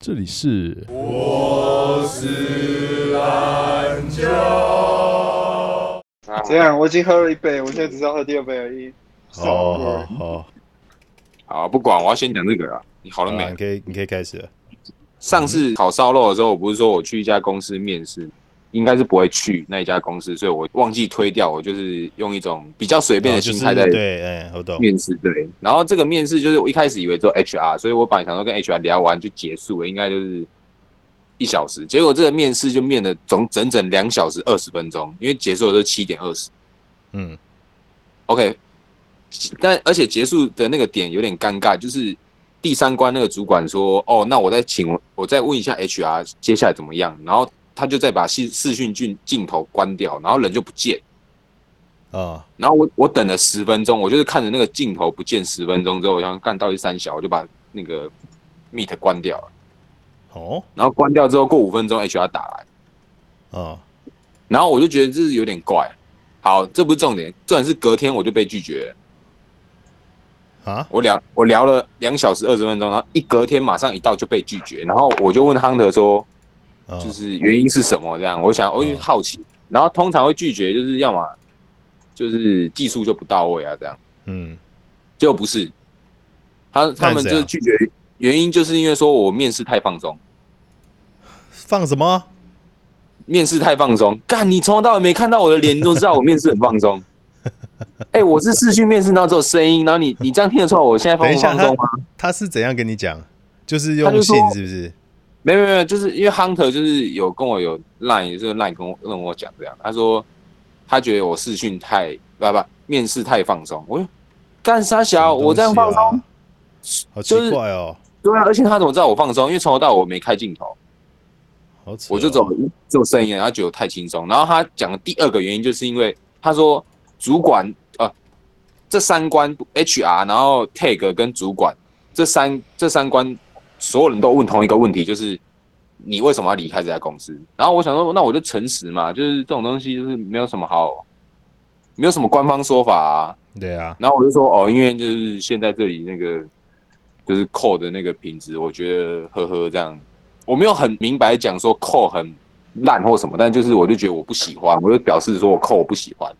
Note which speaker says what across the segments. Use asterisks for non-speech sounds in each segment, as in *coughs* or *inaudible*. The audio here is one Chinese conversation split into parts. Speaker 1: 这里是
Speaker 2: 这样，我已经喝了一杯，我现在只是要喝第二杯而已。
Speaker 3: 哦，好好，
Speaker 4: 好，不管，我要先讲这个了。你好了
Speaker 3: 好
Speaker 4: 没？
Speaker 3: 啊你可以，你可以开始了。
Speaker 4: 上次烤烧肉的时候，我不是说我去一家公司面试，应该是不会去那一家公司，所以我忘记推掉。我就是用一种比较随便
Speaker 3: 哦
Speaker 4: 的
Speaker 3: 就
Speaker 4: 心
Speaker 3: 是
Speaker 4: 态在
Speaker 3: 对，哎，我懂。
Speaker 4: 面试。对，然后这个面试就是我一开始以为做 HR，所以我本来想说跟 HR 聊完就结束了，应该就是一小时。结果这个面试就面了总整整两小时二十分钟，因为结束的时候七点二十。
Speaker 3: 嗯，
Speaker 4: OK，但而且结束的那个点有点尴尬，就是第三关那个主管说：“哦，那我再请我我再问一下 HR 接下来怎么样。”然后他就再把视视讯镜镜头关掉，然后人就不见。
Speaker 3: 哦，
Speaker 4: 然后我我等了十分钟，我就是看着那个镜头不见十分钟之后，我想干到底三小，我就把那个 Meet 关掉了。
Speaker 3: 哦，
Speaker 4: 然后关掉之后，过五分钟 HR 打来，
Speaker 3: 哦，
Speaker 4: 然后我就觉得这是有点怪。好，这不是重点，重点是隔天我就被拒绝了。
Speaker 3: 啊，
Speaker 4: 我聊我聊了两小时二十分钟，然后一隔天马上一到就被拒绝，然后我就问亨德说，
Speaker 3: 哦
Speaker 4: 就是原因是什么这样？我想我就好奇，然后通常会拒绝就是要么就是技术就不到位啊这样，
Speaker 3: 嗯，
Speaker 4: 结果不是，他他
Speaker 3: 那
Speaker 4: 们
Speaker 3: 是
Speaker 4: 就是
Speaker 3: 怎样
Speaker 4: 拒绝原因就是因为说我面试太放松，
Speaker 3: 放什么？
Speaker 4: 面试太放松，干你从头到尾没看到我的脸，你都知道我面试很
Speaker 3: *laughs*
Speaker 4: 放松。哎、我是视讯面试，然后只有声音，然后你你这样听得出来我现在放
Speaker 3: 等一
Speaker 4: 不
Speaker 3: 下，
Speaker 4: 放松吗？
Speaker 3: 他他是怎样跟你讲？就是
Speaker 4: 他
Speaker 3: 用
Speaker 4: 就说
Speaker 3: 信，是不是？
Speaker 4: 没有没有没有，就是因为 Hunter 就是有跟我有 line，就是 line 跟我跟我讲这样，他说他觉得我视讯太不不面试太放松，我就干啥小、
Speaker 3: 什么东西啊
Speaker 4: 我这样放松，，
Speaker 3: 好
Speaker 4: 就是
Speaker 3: 奇怪哦，
Speaker 4: 对啊，而且他怎么知道我放松？因为从头到尾我没开镜头，
Speaker 3: 好扯哦
Speaker 4: 我就走只有声音，然后觉得我啊太轻松。然后他讲的第二个原因就是因为他说主管呃这三关 HR，然后 tag 跟主管这三这三关所有人都问同一个问题，就是你为什么要离开这家公司？然后我想说，那我就诚实嘛，就是这种东西就是没有什么好，没有什么官方说法啊。
Speaker 3: 对啊，
Speaker 4: 然后我就说哦，因为就是现在这里那个就是扣的那个品质，我觉得呵呵这样，我没有很明白讲说扣很烂或什么，但就是我就觉得我不喜欢，我就表示说我扣我不喜欢。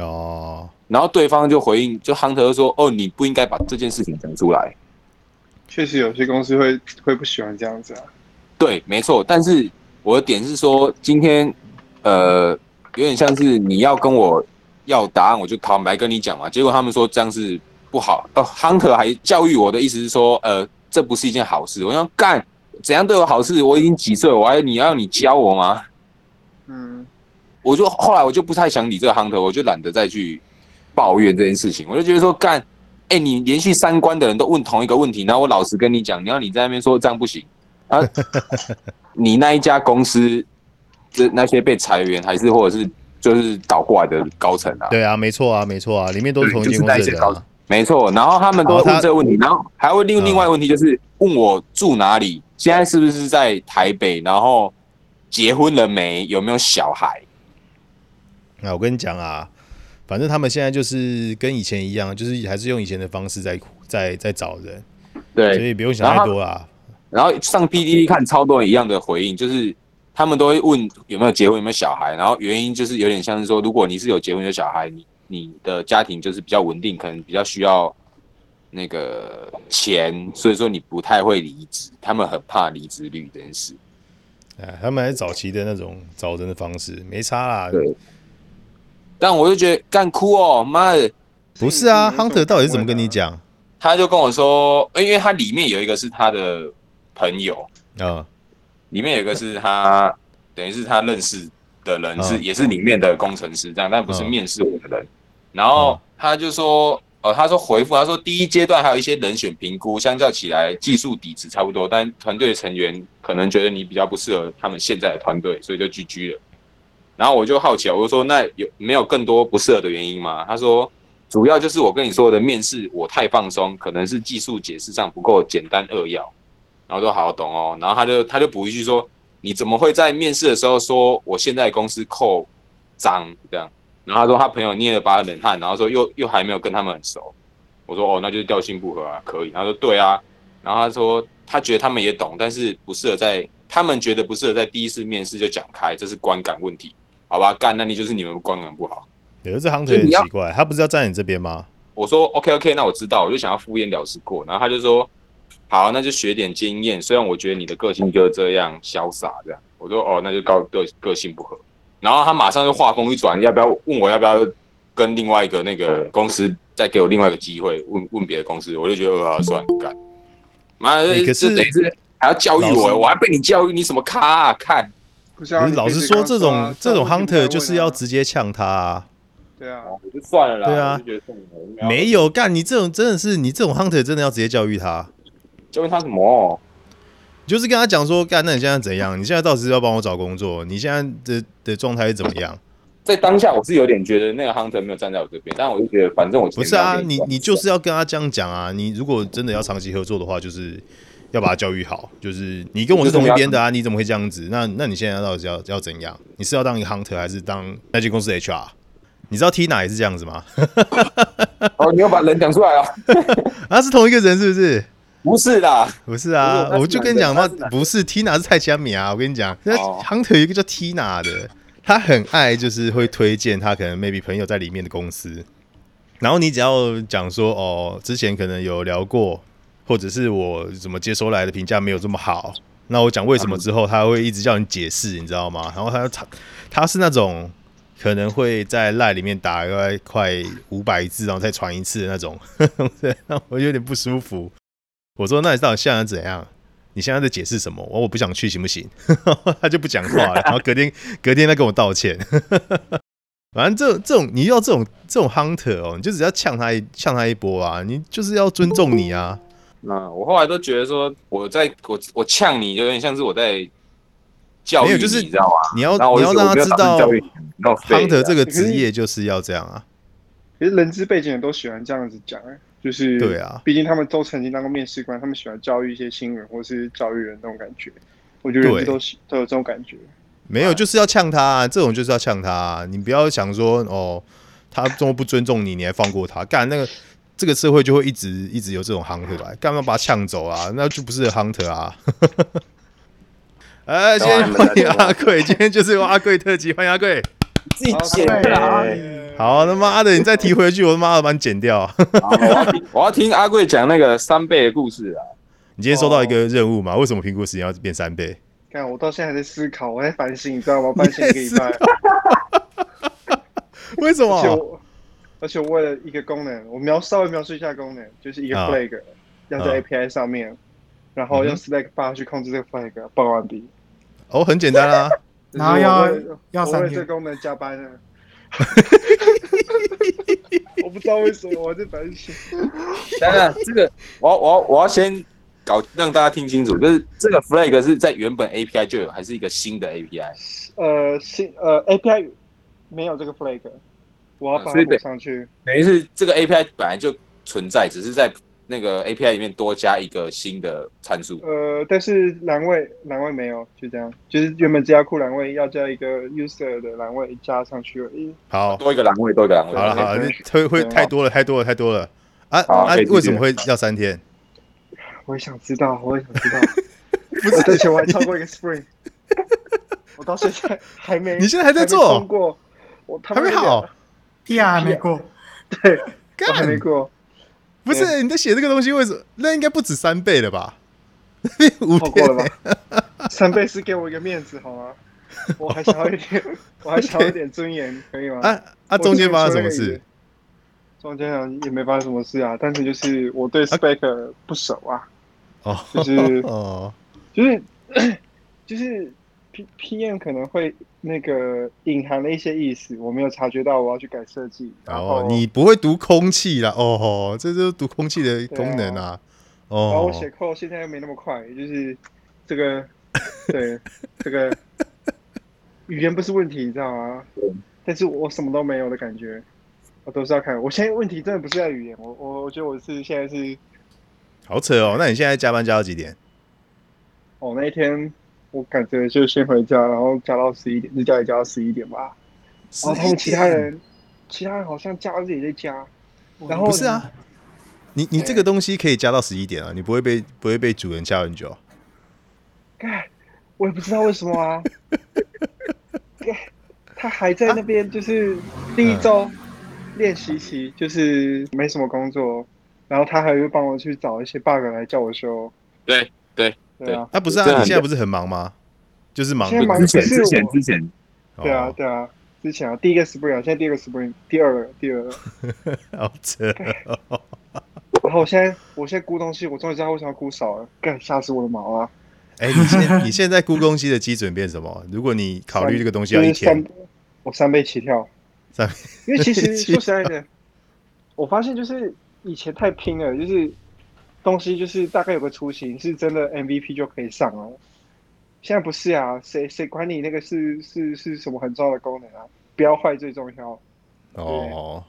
Speaker 3: 哦，
Speaker 4: 然后对方就回应，就亨特就说：“哦，你不应该把这件事情讲出来。
Speaker 2: 确实有些公司会会不喜欢这样子啊。”
Speaker 4: 对，没错。但是我的点是说，今天呃，有点像是你要跟我要答案，我就坦白跟你讲嘛。结果他们说这样是不好。哦，亨特还教育我的意思是说，呃，这不是一件好事。我想干，怎样对我好事？我已经几岁，我还你要你教我吗？
Speaker 2: 嗯，
Speaker 4: 我就后来我就不太想理这个亨特，我就懒得再去抱怨这件事情。我就觉得说，干，哎、你连续三关的人都问同一个问题，然后我老实跟你讲，你要你在那边说这样不行
Speaker 3: *laughs*
Speaker 4: 啊，你那一家公司这那些被裁员还是或者是就是倒过来的高层啊，
Speaker 3: 对啊，没错啊，没错啊，里面都是同一
Speaker 4: 就
Speaker 3: 间
Speaker 4: 是
Speaker 3: 公
Speaker 4: 那一
Speaker 3: 司
Speaker 4: 些
Speaker 3: 的人
Speaker 4: 高
Speaker 3: 啊
Speaker 4: 层，，没错。然后他们都会
Speaker 3: 然后他
Speaker 4: 问这个问题，然后还会另
Speaker 3: 嗯
Speaker 4: 另外一个问题就是问我住哪里，现在是不是在台北，然后结婚了没，有没有小孩。
Speaker 3: 啊，我跟你讲啊，反正他们现在就是跟以前一样，就是还是用以前的方式在在在找人，
Speaker 4: 对
Speaker 3: 所以不用想太多啊啦。
Speaker 4: 然后上 PDD 看超多人一样的回应，就是他们都会问有没有结婚，有没有小孩，然后原因就是有点像是说，如果你是有结婚有小孩，你你的家庭就是比较稳定，可能比较需要那个钱，所以说你不太会离职，他们很怕离职率这件事。
Speaker 3: 哎，他们还是早期的那种找人的方式，没差啦。
Speaker 4: 对但我就觉得干哭哦，妈的！
Speaker 3: 不是啊
Speaker 2: 嗯
Speaker 3: ，Hunter 到底是怎么跟你？讲？
Speaker 4: 他就跟我说，因为他里面有一个是他的朋友，
Speaker 3: 啊、
Speaker 4: 里面有一个是他，等于是他认识的人是、
Speaker 3: 嗯
Speaker 4: 也是里面的工程师这样，但不是
Speaker 3: 嗯
Speaker 4: 面试我的人。然后他就说，呃，他说回复，他说第一阶段还有一些人选评估，相较起来技术底子差不多，但团队成员可能觉得你比较不适合他们现在的团队，所以就 GG 了。然后我就好奇啊了，我就说那有没有更多不适合的原因吗？他说主要就是我跟你说的面试我太放松，可能是技术解释上不够简单扼要。然后我说好懂哦，然后他就他就补一句说，你怎么会在面试的时候说我现在公司扣脏这样？然后他说他朋友捏了把冷汗，然后说又又还没有跟他们很熟。我说哦，那就是调性不合啊，可以。他说对啊，然后他说他觉得他们也懂，但是不适合在他们觉得不适合在第一次面试就讲开，这是观感问题，好吧？干，那你就是你们观感不好。
Speaker 3: 有这行腿很奇怪，他不是要站你这边吗？
Speaker 4: 我说 OK OK，那我知道，我就想要敷衍了事过。然后他就说好，那就学点经验。虽然我觉得你的个性就是这样潇洒这样，我说哦，那就高个个性不合。然后他马上就话锋一转，要不要问我要不要跟另外一个那个公司再给我另外一个机会？问问别的公司，我就觉得呃，算了，干。妈的，
Speaker 3: 欸可是
Speaker 4: 这等于是还要教育
Speaker 3: 老
Speaker 4: 我，
Speaker 3: 师
Speaker 4: 我还被你教育，你什么咖啊？看，
Speaker 2: 不像
Speaker 3: 啊可是老实说，这
Speaker 2: 啊
Speaker 3: 种这种 hunter 就是要直接呛他啊。
Speaker 2: 对啊，
Speaker 4: 我就算了啦，
Speaker 3: 对啊
Speaker 4: 我就觉得算了我没有
Speaker 3: 没有干，你这种真的是你这种 hunter 真的要直接教育他，
Speaker 4: 教育他什么？
Speaker 3: 你就是跟他讲说，干，那你现在怎样？你现在到底是要帮我找工作？你现在的的状态是怎么样？
Speaker 4: 在当下，我是有点觉得那个 hunter 没有站在我这边，但我就觉得反正我
Speaker 3: 不是啊，你你就是要跟他这样讲啊。你如果真的要长期合作的话，就是要把他教育好。就是你跟我是同一边的啊，你怎么会这样子？那那你现在到底是要要怎样？你是要当一个 hunter 还是当那间公司的 HR？你知道 Tina 也是这样子吗？
Speaker 4: *laughs* 哦，你要把人讲出来啊？ *laughs*
Speaker 3: 啊，是同一个人是不是？
Speaker 4: 不是啦，
Speaker 3: 不是啊，
Speaker 4: 不是
Speaker 3: 我就跟你讲嘛，
Speaker 4: 他是男的
Speaker 3: 不是 Tina 是蔡佳米啊，我跟你讲，那
Speaker 4: 哦
Speaker 3: Hunter 有一个叫 Tina 的，他很爱就是会推荐他可能 maybe 朋友在里面的公司，然后你只要讲说哦，之前可能有聊过，或者是我怎么接收来的评价没有这么好，那我讲为什么之后，他会一直叫你解释，你知道吗？然后他他他是那种可能会在赖里面打大概快五百字，然后再传一次的那种， *laughs* 对，让我有点不舒服。我说那你到底现在怎样？你现在在解释什么？我我不想去，行不行？ *laughs* 他就不讲话了，然后隔天隔天再跟我道歉。 *laughs* 反正这这种你遇到这种这种 hunter 哦，你就只要呛他一呛他一波啊，你就是要尊重你啊。
Speaker 4: 嗯，我后来都觉得说，我在我我呛你，有点像是我在教
Speaker 3: 没
Speaker 4: 育
Speaker 3: 有
Speaker 4: 你，
Speaker 3: 就是
Speaker 4: 你知道吗？
Speaker 3: 你要
Speaker 4: 然后
Speaker 3: 你要
Speaker 4: 我就
Speaker 3: 让他知道
Speaker 4: 道
Speaker 3: hunter 这个
Speaker 4: 个
Speaker 3: 职业就是要这样啊。
Speaker 2: 其实人资背景也都喜欢这样子讲、哎就是
Speaker 3: 对啊
Speaker 2: 毕竟他们都曾经当过面试官，他们喜欢教育一些新人或是教育人那种感觉。我觉得人资
Speaker 3: 对
Speaker 2: 都喜都有这种感觉，
Speaker 3: 没有，就是要呛他、啊，这种就是要呛他、啊。你不要想说哦，他这么不尊重你，你还放过他，干那个这个社会就会一直一直有这种 hunter 来，干嘛把他呛走啊？那就不是 hunter 啊。 *laughs* 哎，今天欢迎阿贵，今天就是由阿贵特辑，欢迎阿
Speaker 4: *laughs*
Speaker 3: 贵。
Speaker 4: 自己
Speaker 2: 好嗯
Speaker 4: 剪
Speaker 2: 对
Speaker 4: 的啊。
Speaker 3: 好，他妈的，你再提回去，我他妈的把你剪掉。啊
Speaker 4: 好我要听 *laughs* 我要听阿贵讲那个三倍的故事啊。
Speaker 3: *laughs* 你今天收到一个任务
Speaker 4: 哦
Speaker 3: 嘛？为什么评估时间要变三倍？
Speaker 2: 看我到现在还在思考，我在反省，你知道吗？反省一个礼拜，
Speaker 3: 为什
Speaker 2: 而且
Speaker 3: 么？
Speaker 2: 我而且我为了一个功能，我描稍微描述一下功能，就是一个
Speaker 3: 啊
Speaker 2: flag、要在
Speaker 3: 啊
Speaker 2: API 上面，然后用
Speaker 3: 嗯
Speaker 2: Slack bar 去控制这个 flag，报完毕。
Speaker 3: 哦，很简单啊。
Speaker 1: 然后要要
Speaker 2: 我
Speaker 1: 三
Speaker 2: 为这
Speaker 1: 天，
Speaker 2: 功能加班
Speaker 3: *laughs*
Speaker 2: 啊。我不知道为什么我在反省。
Speaker 4: 当然，这个 *laughs* 我要我要我要先搞让大家听清楚，就是这个 flag 是在原本 API 就有，还是一个新的 API？
Speaker 2: 呃，新呃 API 没有这个 flag，我要把
Speaker 4: 所
Speaker 2: 它
Speaker 4: 以得
Speaker 2: 补上
Speaker 3: 啊
Speaker 2: 去。
Speaker 4: 等于是这个 API 本来就存在，只是在那个 API 里面多加一个新的参数。
Speaker 2: 呃，但是栏位栏位没有，就这样，就是原本资料库栏位要加一个 user 的栏位加上去而已。
Speaker 4: *laughs*
Speaker 3: 好，
Speaker 4: 多一个栏位，多一个栏位。
Speaker 3: 好了好了，会会太多了太多了太多了啊
Speaker 4: 好
Speaker 3: 啊
Speaker 4: 可以！继续
Speaker 3: 为什么会要三天？
Speaker 2: 我也想知道， *laughs* 我也想
Speaker 3: *laughs*
Speaker 2: 知道。哦我之前我还超过一个 spring，我到现在还没。
Speaker 3: 你现在还在
Speaker 2: 没
Speaker 3: 做
Speaker 2: 通过，我他
Speaker 3: 还
Speaker 2: 妈
Speaker 3: 没
Speaker 2: 的
Speaker 3: 好，
Speaker 1: 屁啊还没过，
Speaker 2: 我还没
Speaker 3: 干
Speaker 2: 过，
Speaker 3: 不是你在写这个东西，为什么？那应该不止三倍了吧？ *laughs* 五
Speaker 2: 超过
Speaker 3: 天
Speaker 2: 了吧？三倍是给我一个面子好吗？我还想要一
Speaker 3: *laughs*
Speaker 2: 点，我还想要一点尊严，可以吗？
Speaker 3: 啊啊！中间发生什么事？？
Speaker 2: 中间好像也没发生什么事啊，但是就是我
Speaker 3: 啊
Speaker 2: 对 spec 不熟啊，
Speaker 3: 哦
Speaker 2: 就是
Speaker 3: *laughs* 哦，
Speaker 2: 就是 *coughs* 就是 P P M 可能会那个隐含了一些意思，我没有察觉到，我要去改设计。然后
Speaker 3: 哦，你不会读空气啦？哦吼，这就是读空气的功能啊！
Speaker 2: 然后
Speaker 3: 哦
Speaker 2: 我，写 code 现在又没那么快，就是这个对
Speaker 3: *laughs*
Speaker 2: 这个语言不是问题，你知道吗？但是我什么都没有的感觉，我都是要看。我现在问题真的不是在语言，我我我觉得我是现在是
Speaker 3: 好扯哦！那你现在加班加到几点？
Speaker 2: 哦，那一天我感觉就先回家，然后加到十一点，在家里加到十一点吧。哦然后他们其他人，其他人好像假日也在家，然后
Speaker 3: 不是啊？你你这个东西可以加到十一点啊，你不会被不会被主人吓很久啊。
Speaker 2: 干，我也不知道为什
Speaker 3: *laughs*
Speaker 2: 么啊。干，他还在那
Speaker 3: 啊
Speaker 2: 边，就是第一
Speaker 3: 嗯
Speaker 2: 周练习期，就是没什么工作，然后他还会帮我去找一些 bug 来叫我修。
Speaker 4: 对对
Speaker 2: 对啊，
Speaker 3: 啊，不是啊，
Speaker 4: 这很
Speaker 3: 你现在不是很忙吗？就是忙
Speaker 2: 现在忙
Speaker 5: 之前
Speaker 2: 可是
Speaker 5: 之前
Speaker 2: 我
Speaker 5: 之前，
Speaker 2: 对啊，
Speaker 3: 哦
Speaker 2: 对啊。之前啊，第一个 spring，啊现在第二个 spring，第二个，第二个。
Speaker 3: 好扯哦。
Speaker 2: 然后我现在，我现在估东西，我终于知道为什么要估少了，干吓死我的毛啊！
Speaker 3: 哎，你现你现在估公西的基准变什么？如果你考虑这个东西要一
Speaker 2: 就是三
Speaker 3: 天，，
Speaker 2: 我三倍起跳，
Speaker 3: 三倍
Speaker 2: *laughs* 因为其
Speaker 3: *laughs* 起
Speaker 2: 实
Speaker 3: 跳
Speaker 2: 说实在的，我发现就是以前太拼了，就是东西就是大概有个雏形，是真的 MVP 就可以上了。现在不是啊，谁谁管你那个是是是什么很重要的功能啊？不要坏最重要。
Speaker 3: 哦，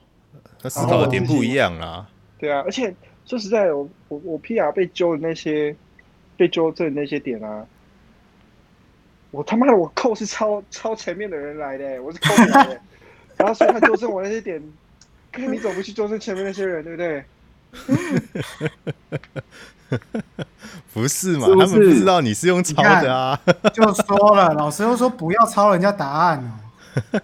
Speaker 3: 那思考的点不一样啦。
Speaker 2: 对啊，而且说实在的，我我我 PR 被揪的那些被纠正的那些点啊，我他妈的我扣是超超前面的人来的欸、我是扣不
Speaker 3: *laughs*
Speaker 2: 来的欸、然后所以他纠正我那些点，看你怎么不去纠正前面那些人，对不对？
Speaker 3: 不是嘛？
Speaker 5: 是不
Speaker 3: 他们不
Speaker 5: 是
Speaker 3: 知道你是用抄的啊。 *laughs*
Speaker 1: 就说了，老师又说不要抄人家答案哦。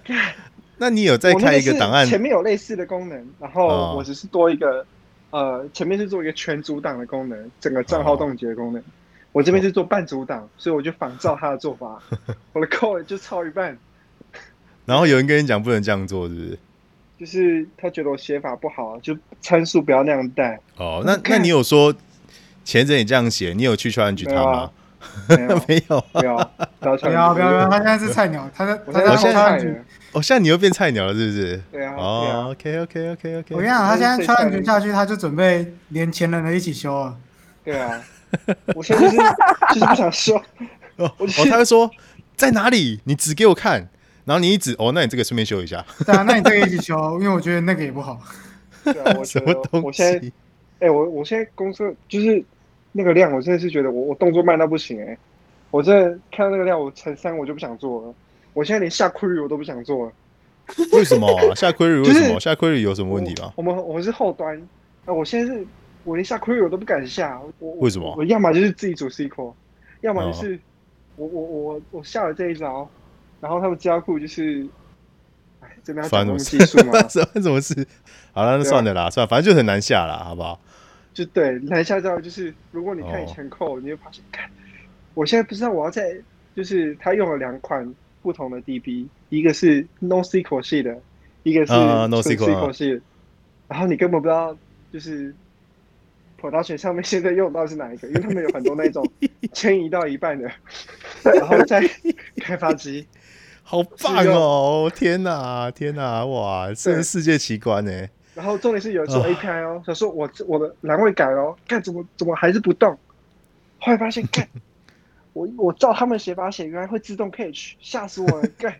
Speaker 3: 那你有再
Speaker 2: 我那
Speaker 3: 开一
Speaker 2: 个
Speaker 3: 个
Speaker 2: 是
Speaker 3: 档案？
Speaker 2: 前面有类似的功能，然后
Speaker 3: 哦
Speaker 2: 我只是多一个，呃，前面是做一个全阻挡的功能，整个账号
Speaker 3: 哦
Speaker 2: 冻结的功能。我这边是做半阻挡，所以我就仿照他的做
Speaker 3: *laughs*
Speaker 2: 法，我的扣就超一半。
Speaker 3: 然后有人跟你讲不能这样做，是不是？
Speaker 2: 就是他觉得我写法不好，啊就参数不要那样带，
Speaker 3: 哦，那那你有说前阵你这样写，你有去 challenge 他吗？
Speaker 2: 没有
Speaker 3: *laughs* 没有啊。
Speaker 2: 不要，不要
Speaker 1: *laughs* 不
Speaker 2: 传
Speaker 1: 要不要不要，
Speaker 2: 我
Speaker 1: 他现在是菜鸟，他在他
Speaker 2: 现在
Speaker 1: 在
Speaker 2: 我
Speaker 1: 说
Speaker 2: 现
Speaker 1: 他
Speaker 2: 在
Speaker 1: 很局。
Speaker 3: 哦，现在你又变菜鸟了，是不是？
Speaker 2: 对啊，对啊
Speaker 3: 哦，，OK OK OK
Speaker 1: 我
Speaker 3: OK。
Speaker 1: 跟你讲，他现在
Speaker 2: 我现在是
Speaker 1: 穿
Speaker 2: 菜
Speaker 1: 完
Speaker 2: 鸟
Speaker 1: 局下去，他就准备连前人的一起修了。
Speaker 2: 对啊，我现在
Speaker 1: *laughs*
Speaker 2: 就是就是不想说，
Speaker 3: 哦，
Speaker 2: 我
Speaker 3: 哦
Speaker 2: 就是
Speaker 3: 他会说在哪里？你指给我看，然后你一指，哦，那你这个顺便修一下，
Speaker 1: 对啊，那你这个一起修，因为我觉得那个也不好。
Speaker 2: 对啊，我觉
Speaker 3: 什么
Speaker 2: 得我
Speaker 3: 东
Speaker 2: 现在
Speaker 3: 西？
Speaker 2: 哎、我我现在公司就是那个量，我真的是觉得我我动作慢到不行哎、我真的看到那个量，我乘三我就不想做了，我现在连下 query 我都不想做了。
Speaker 3: *laughs* 为什么啊下 query 为
Speaker 2: 就是
Speaker 3: 什么下 query 有什么问题吗？
Speaker 2: 我我们我们是后端，啊，我现在是我连下 query 我都不敢下，我
Speaker 3: 为什么哦
Speaker 2: 我要么就是自己组 SQL，要么就是、我我我我下了这一招，然后他们资料库就是，哎，真的要
Speaker 3: 发生
Speaker 2: 讲那么
Speaker 3: 什
Speaker 2: 技
Speaker 3: 么
Speaker 2: 术
Speaker 3: 事？
Speaker 2: 吗？
Speaker 3: 发生 *laughs* 什么事？好了，那
Speaker 2: 哦对啊
Speaker 3: 算了啦，算了，反正就很难下啦，好不好？
Speaker 2: 就对，南下招就是，如果你看
Speaker 3: 哦
Speaker 2: 以前扣，你会发现，看，我现在不知道我要在，就是他用了两款不同的 DB，一个是 NoSQL 系的，一个是
Speaker 3: 啊啊
Speaker 2: 纯
Speaker 3: NoSQL，
Speaker 2: SQL 系的，然后你根本不知道就是 production 上面现在用到是哪一个，因为他们有很多那
Speaker 3: *laughs*
Speaker 2: 种迁移到一半的，然后再开发机，
Speaker 3: 好棒哦！天哪，天哪，哇，这是世界奇观呢、
Speaker 2: 然后重点是有人做
Speaker 3: 啊
Speaker 2: API 哦，想说我我的栏位改了哦，看怎么怎么还是不动，后来发
Speaker 3: *laughs*
Speaker 2: 现干，我我照他们写法写，原来会自动 catch，吓死我
Speaker 3: *laughs*
Speaker 2: 了！干，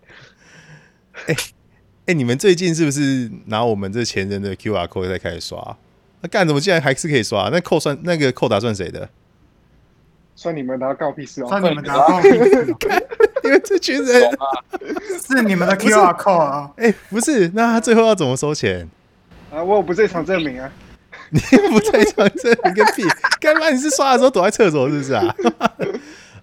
Speaker 3: 哎、你们最近是不是拿我们这前人的 QR code 在开始刷？那、干怎么竟然还是可以刷？那扣算那个扣打算谁
Speaker 2: *laughs*
Speaker 3: 的？
Speaker 2: 算你们拿告屁事
Speaker 1: 算
Speaker 2: 哦，
Speaker 1: 你们答案，
Speaker 2: *laughs*
Speaker 3: 因为这群人
Speaker 4: 懂啊，
Speaker 1: 哦是你们的 QR code 啊。
Speaker 3: 哎、不是，那他最后要怎么收钱？ *laughs*
Speaker 2: 啊，我有不在场证明啊，
Speaker 3: 你不在场证明个屁！干嘛你是刷的时候躲在厕所是不是啊？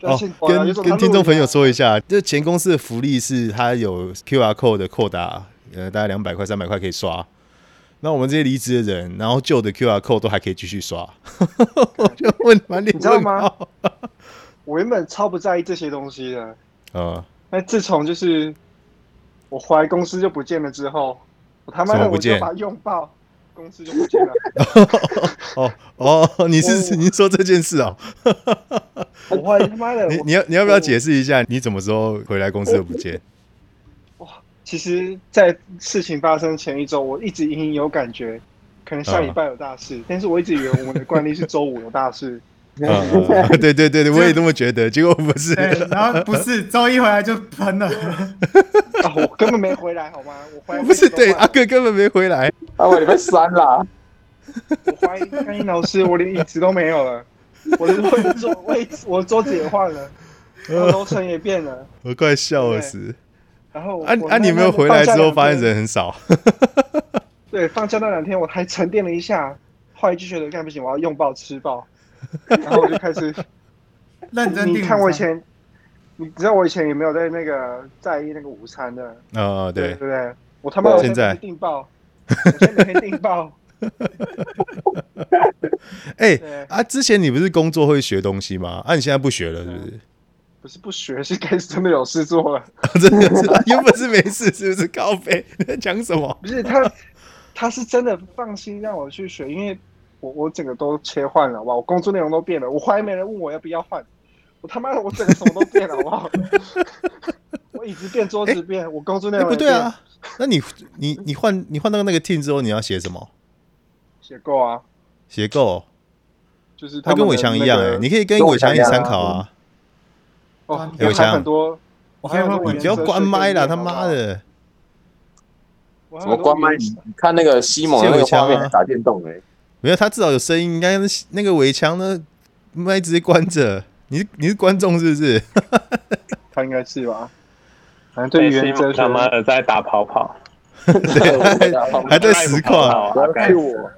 Speaker 2: 但
Speaker 3: 哦
Speaker 2: 是，我
Speaker 3: 跟
Speaker 2: 就说他
Speaker 3: 跟
Speaker 2: 录
Speaker 3: 听众朋友
Speaker 2: 影啊，
Speaker 3: 说一下，就前公司的福利是它有 QR code 的扣打，呃，大概两百块、三百块可以刷。那我们这些离职的人，然后旧的 QR code 都还可以继续
Speaker 2: *laughs*
Speaker 3: 刷，我就问满脸
Speaker 2: 你知道吗
Speaker 3: 问号？
Speaker 2: 我原本超不在意这些东西的，
Speaker 3: 呃，
Speaker 2: 那自从就是我回来公司就不见了之后，我他妈
Speaker 3: 什
Speaker 2: 的
Speaker 3: 么不
Speaker 2: 我就
Speaker 3: 见
Speaker 2: 把它拥抱，公司就
Speaker 3: *laughs*
Speaker 2: 不见了。
Speaker 3: 哦哦，你是
Speaker 2: 我
Speaker 3: 你说这件事哦？
Speaker 2: 我后来他妈的，
Speaker 3: 你
Speaker 2: 我
Speaker 3: 你要你要不要
Speaker 2: 我
Speaker 3: 解释一下，你什么时候回来公司的不
Speaker 2: *laughs*
Speaker 3: 见？
Speaker 2: 其实，在事情发生前一周，我一直隐隐有感觉，可能下
Speaker 3: 嗯
Speaker 2: 礼拜有大事，但是我一直以为我们的惯例是周五有大
Speaker 3: *laughs*
Speaker 2: 事。
Speaker 3: 嗯嗯嗯对对对对，我也这么觉得，结果不是。
Speaker 1: 对，然后不是周一回来就
Speaker 2: *laughs*
Speaker 1: 喷了，
Speaker 2: 啊，我根本没回来，好吗？我怀
Speaker 3: *laughs* *laughs*
Speaker 2: 疑
Speaker 3: 不是对，啊阿哥根本没回来。
Speaker 5: 啊，我礼拜三
Speaker 2: *laughs*
Speaker 5: 啦，
Speaker 2: 我怀疑甘英老师，我连椅子都没有了，我的位置位置，我桌子也换了，我楼层也变了，
Speaker 3: 我快笑了死！
Speaker 2: 然后我
Speaker 3: 啊
Speaker 2: 我
Speaker 3: 啊！你
Speaker 2: 那
Speaker 3: 没有回来之后，发现
Speaker 2: 放假两天
Speaker 3: 人很少。
Speaker 2: 对放假那两天，我还沉淀了一下，后来就觉得干不行，我要用爆吃爆，然后我就开始，
Speaker 1: 认真
Speaker 2: 你
Speaker 1: 订。
Speaker 2: 看我以，前，你知道我以前也没有在那个在意那个午餐的，
Speaker 3: 啊，
Speaker 2: 对
Speaker 3: 对
Speaker 2: 不，对？我他妈我
Speaker 3: 现在
Speaker 2: 每天订爆，我现在每天
Speaker 3: *laughs*
Speaker 2: 订爆，
Speaker 3: 哎
Speaker 2: 对，
Speaker 3: 啊，之前你不是工作会学东西吗？啊，你现在不学了是不是？
Speaker 2: 不是不学，是开始真的有事做了。
Speaker 3: *laughs* 真的是原本是没事，是不是？ *laughs* 高飞你在讲什么？
Speaker 2: 不是他，他是真的放心让我去学，因为我我整个都切换了，哇，我工作内容都变了，我怀疑没人问我要不要换，我他妈的我整个什么都变了，好不好？ *laughs* 我椅子变，桌子变，我工作内
Speaker 3: 哎，
Speaker 2: 容
Speaker 3: 不
Speaker 2: 也
Speaker 3: 对
Speaker 2: 变，
Speaker 3: 啊，那你你你换你换到那个 team 之后，你要写什么？
Speaker 2: 写够啊，
Speaker 3: 结构？
Speaker 2: 就是
Speaker 3: 它
Speaker 2: 们
Speaker 3: 跟
Speaker 2: 的
Speaker 3: 伟强一
Speaker 2: 那
Speaker 3: 样
Speaker 2: 个
Speaker 3: 哎，你可以跟伟强一起参考啊。
Speaker 2: 哦，
Speaker 1: 伟
Speaker 2: 还
Speaker 3: 强
Speaker 2: 很多，我还有很多
Speaker 1: 我
Speaker 3: 你
Speaker 2: 原
Speaker 3: 不要
Speaker 2: 则
Speaker 3: 关
Speaker 2: 是可以
Speaker 3: 麦啦，
Speaker 2: 用
Speaker 3: 他
Speaker 2: 好不
Speaker 3: 妈
Speaker 2: 好，
Speaker 3: 的！
Speaker 2: 我还
Speaker 4: 什
Speaker 2: 有
Speaker 4: 么
Speaker 2: 很多
Speaker 4: 关麦？
Speaker 2: 原
Speaker 4: 你
Speaker 2: 则
Speaker 4: 你看那个西蒙的那个画
Speaker 3: 啊
Speaker 4: 面还打电动哎、
Speaker 3: 没有，他至少有声音，应该是那个围墙呢，麦直接关着。你是你是观众是不是？
Speaker 2: 他应该是吧？反正对于原则学
Speaker 5: 他妈的在打跑
Speaker 6: *laughs*
Speaker 5: 跑，
Speaker 2: 哎
Speaker 3: 对，还在实况。
Speaker 5: 不要
Speaker 6: 是啊